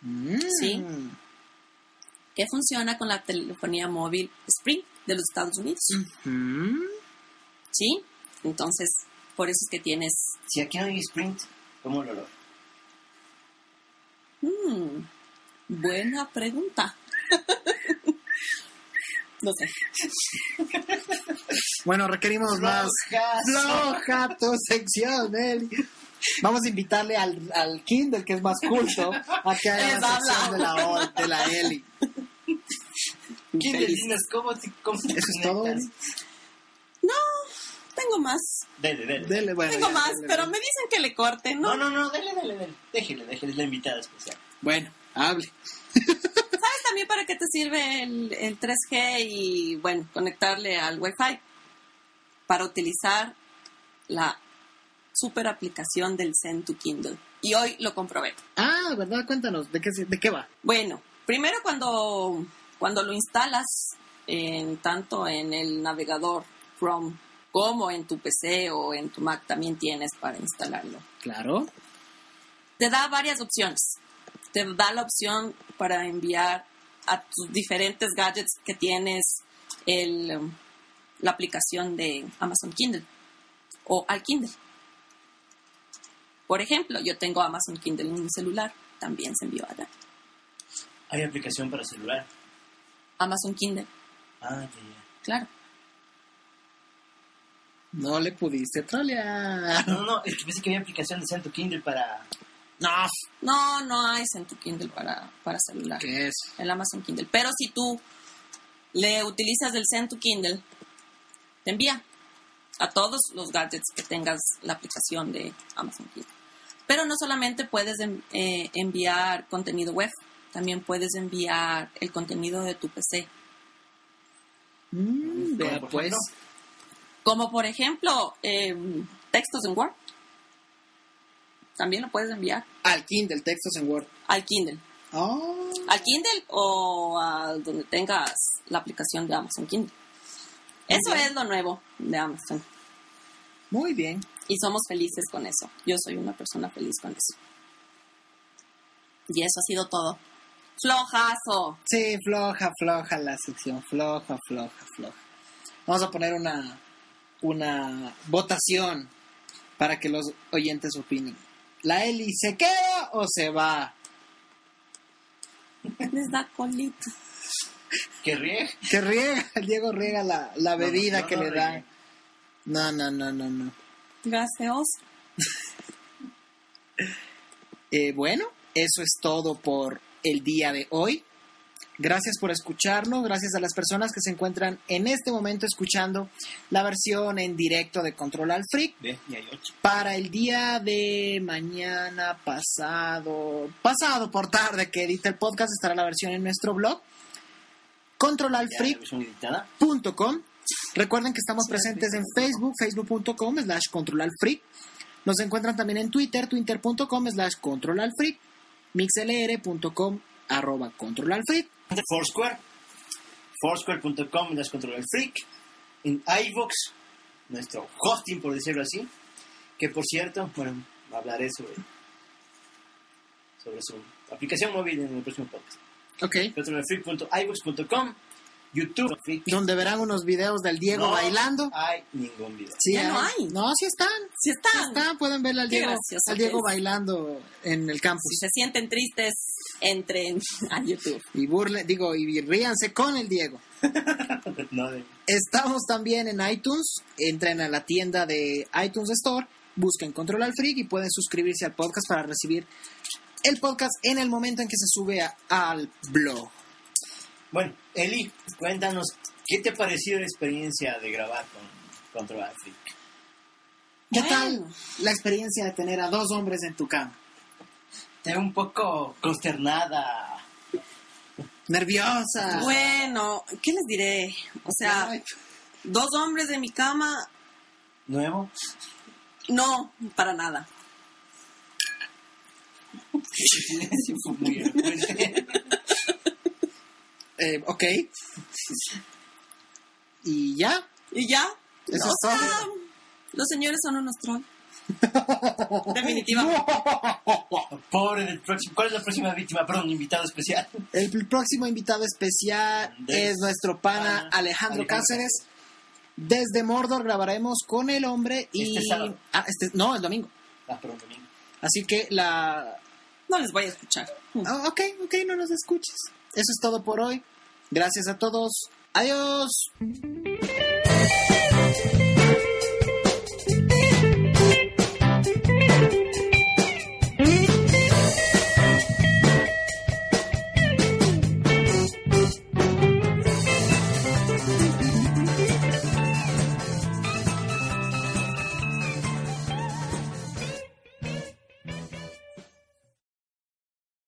[SPEAKER 1] Mm.
[SPEAKER 3] Sí. que funciona con la telefonía móvil Sprint de los Estados Unidos.
[SPEAKER 1] Mm.
[SPEAKER 3] ¿Sí? Entonces, por eso es que tienes...
[SPEAKER 2] Si aquí no hay Sprint, ¿cómo lo logro?
[SPEAKER 3] mm, buena pregunta. no sé.
[SPEAKER 1] Bueno, requerimos más. Floja tu sección, Eli. Vamos a invitarle al, al Kindle, que es más culto, a que haga
[SPEAKER 3] Les
[SPEAKER 1] la
[SPEAKER 3] habla.
[SPEAKER 1] sección de la, O- de la Eli.
[SPEAKER 2] ¿Quién le dices cómo te, cómo te
[SPEAKER 1] Eso es todo.
[SPEAKER 2] conectas?
[SPEAKER 3] No, tengo más.
[SPEAKER 2] Dele, dele.
[SPEAKER 1] Dele, bueno,
[SPEAKER 3] Tengo
[SPEAKER 1] ya,
[SPEAKER 3] más,
[SPEAKER 1] dele,
[SPEAKER 3] pero
[SPEAKER 1] bueno.
[SPEAKER 3] me dicen que le corten, ¿no?
[SPEAKER 2] No, no, no, dele, dele, dele. Déjele, déjele, es la invitada especial.
[SPEAKER 1] Bueno, hable.
[SPEAKER 3] ¿Sabes también para qué te sirve el, el 3G y, bueno, conectarle al Wi-Fi? Para utilizar la super aplicación del Zen to Kindle. Y hoy lo comprobé.
[SPEAKER 1] Ah, de verdad, cuéntanos, ¿de qué, se- de qué va?
[SPEAKER 3] Bueno, primero cuando, cuando lo instalas, en, tanto en el navegador Chrome como en tu PC o en tu Mac, también tienes para instalarlo.
[SPEAKER 1] Claro.
[SPEAKER 3] te da varias opciones. Te da la opción para enviar a tus diferentes gadgets que tienes el, um, la aplicación de Amazon Kindle o al Kindle. Por ejemplo, yo tengo Amazon Kindle en mi celular, también se envió allá.
[SPEAKER 2] Hay aplicación para celular.
[SPEAKER 3] Amazon Kindle,
[SPEAKER 2] Ah, ya, ya.
[SPEAKER 3] claro.
[SPEAKER 1] No le pudiste trolear.
[SPEAKER 2] Ah, No, no, es que pensé que había aplicación de Santo Kindle para.
[SPEAKER 1] No,
[SPEAKER 3] No, no hay en tu Kindle para, para celular.
[SPEAKER 1] ¿qué es?
[SPEAKER 3] el Amazon Kindle. Pero si tú le utilizas el Send to Kindle, te envía a todos los gadgets que tengas la aplicación de Amazon Kindle. Pero no solamente puedes en- eh, enviar contenido web, también puedes enviar el contenido de tu PC.
[SPEAKER 1] Mm,
[SPEAKER 2] Como,
[SPEAKER 1] vea,
[SPEAKER 2] por
[SPEAKER 1] pues.
[SPEAKER 2] ejemplo,
[SPEAKER 3] Como por ejemplo, em, textos en Word. También lo puedes enviar
[SPEAKER 1] Al Kindle, textos en Word.
[SPEAKER 3] al Kindle.
[SPEAKER 1] Oh,
[SPEAKER 3] al Kindle o a donde tengas la aplicación de Amazon Kindle. Eso es lo nuevo de Amazon
[SPEAKER 1] muy bien.
[SPEAKER 3] y somos felices con eso. Yo soy una persona feliz con eso. Y eso ha sido todo. Flojazo.
[SPEAKER 1] Sí, floja, floja la sección, floja, floja, floja. Vamos a poner una, una votación para que los oyentes opinen. ¿La Eli se queda o se va?
[SPEAKER 3] Les da colita.
[SPEAKER 2] Que ríe.
[SPEAKER 1] Que riega, el Diego riega la, la
[SPEAKER 2] No,
[SPEAKER 1] bebida
[SPEAKER 2] no,
[SPEAKER 1] que
[SPEAKER 2] no
[SPEAKER 1] le
[SPEAKER 2] riegue.
[SPEAKER 1] dan. No, no, no, no, no.
[SPEAKER 3] Gaseosa.
[SPEAKER 1] Eh, bueno, eso es todo por el día de hoy. Gracias por escucharnos, gracias a las personas que se encuentran en este momento escuchando la versión en directo de Control al Freak.
[SPEAKER 2] Ve, y hay ocho.
[SPEAKER 1] Para el día de mañana pasado, pasado por tarde que edita el podcast, estará la versión en nuestro blog,
[SPEAKER 2] Ya, la
[SPEAKER 1] controlalfreak.com.
[SPEAKER 2] versión editada.
[SPEAKER 1] Recuerden que estamos presentes en Facebook, facebook.com slash controlalfreak. Nos encuentran también en Twitter, twitter.com slash controlalfreak, mixlr.com arroba controlalfreak.
[SPEAKER 2] Foursquare. Foursquare.com, las controla el freak. En iVox, nuestro hosting, por decirlo así. Que por cierto, bueno, hablaré sobre, sobre su aplicación móvil en el próximo podcast.
[SPEAKER 1] Ok.
[SPEAKER 2] controlalfreak.ivox.com YouTube. Freak Geek.
[SPEAKER 1] Donde verán unos videos del Diego
[SPEAKER 2] No
[SPEAKER 1] bailando.
[SPEAKER 2] Hay ningún video.
[SPEAKER 1] Sí,
[SPEAKER 3] Ah, Ya no hay.
[SPEAKER 1] No, sí están.
[SPEAKER 3] Si
[SPEAKER 1] Sí
[SPEAKER 3] están,
[SPEAKER 1] están. Ah, Pueden ver al
[SPEAKER 3] Qué
[SPEAKER 1] Diego,
[SPEAKER 3] gracioso
[SPEAKER 1] al
[SPEAKER 3] que
[SPEAKER 1] Diego
[SPEAKER 3] es.
[SPEAKER 1] bailando en el
[SPEAKER 3] si
[SPEAKER 1] campus.
[SPEAKER 3] se sienten tristes, entren a YouTube.
[SPEAKER 1] Y burle, digo, y ríanse con el Diego.
[SPEAKER 2] No, de-
[SPEAKER 1] Estamos también en iTunes. Entren a la tienda de iTunes Store, busquen Control al Freak y pueden suscribirse al podcast para recibir el podcast en el momento en que se sube a- al blog.
[SPEAKER 2] Bueno, Eli, cuéntanos, ¿qué te ha parecido la experiencia de grabar con Control Alt Freak?
[SPEAKER 1] ¿Qué
[SPEAKER 3] Bueno.
[SPEAKER 1] tal la experiencia de tener a dos hombres en tu cama?
[SPEAKER 2] Te veo un poco consternada.
[SPEAKER 3] Ah.
[SPEAKER 1] Nerviosa.
[SPEAKER 3] Bueno, ¿qué les diré? O sea,
[SPEAKER 1] Ay,
[SPEAKER 3] dos hombres en mi cama,
[SPEAKER 2] ¿Nuevo?
[SPEAKER 3] no, para nada.
[SPEAKER 2] Sí, fue muy elocuente.
[SPEAKER 1] eh, ok. y ya.
[SPEAKER 3] ¿Y ya?
[SPEAKER 1] Eso
[SPEAKER 3] O
[SPEAKER 1] es todo.
[SPEAKER 3] sea, los señores son unos trolls. Definitivamente.
[SPEAKER 2] Pobre del próximo. ¿Cuál es la próxima víctima? Perdón, invitado especial.
[SPEAKER 1] El pr- próximo invitado especial
[SPEAKER 2] Andrés.
[SPEAKER 1] es nuestro pana
[SPEAKER 2] Pana.
[SPEAKER 1] Alejandro
[SPEAKER 2] Alejandro.
[SPEAKER 1] Cáceres. Desde Mordor grabaremos con el hombre y
[SPEAKER 2] Este sábado.
[SPEAKER 1] Ah, este- no, el domingo.
[SPEAKER 2] Ah, perdón, también.
[SPEAKER 1] Así que la
[SPEAKER 3] No les voy a escuchar.
[SPEAKER 1] Ah, ok, ok, no nos escuches. Eso es todo por hoy. Gracias a todos. Adiós.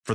[SPEAKER 7] For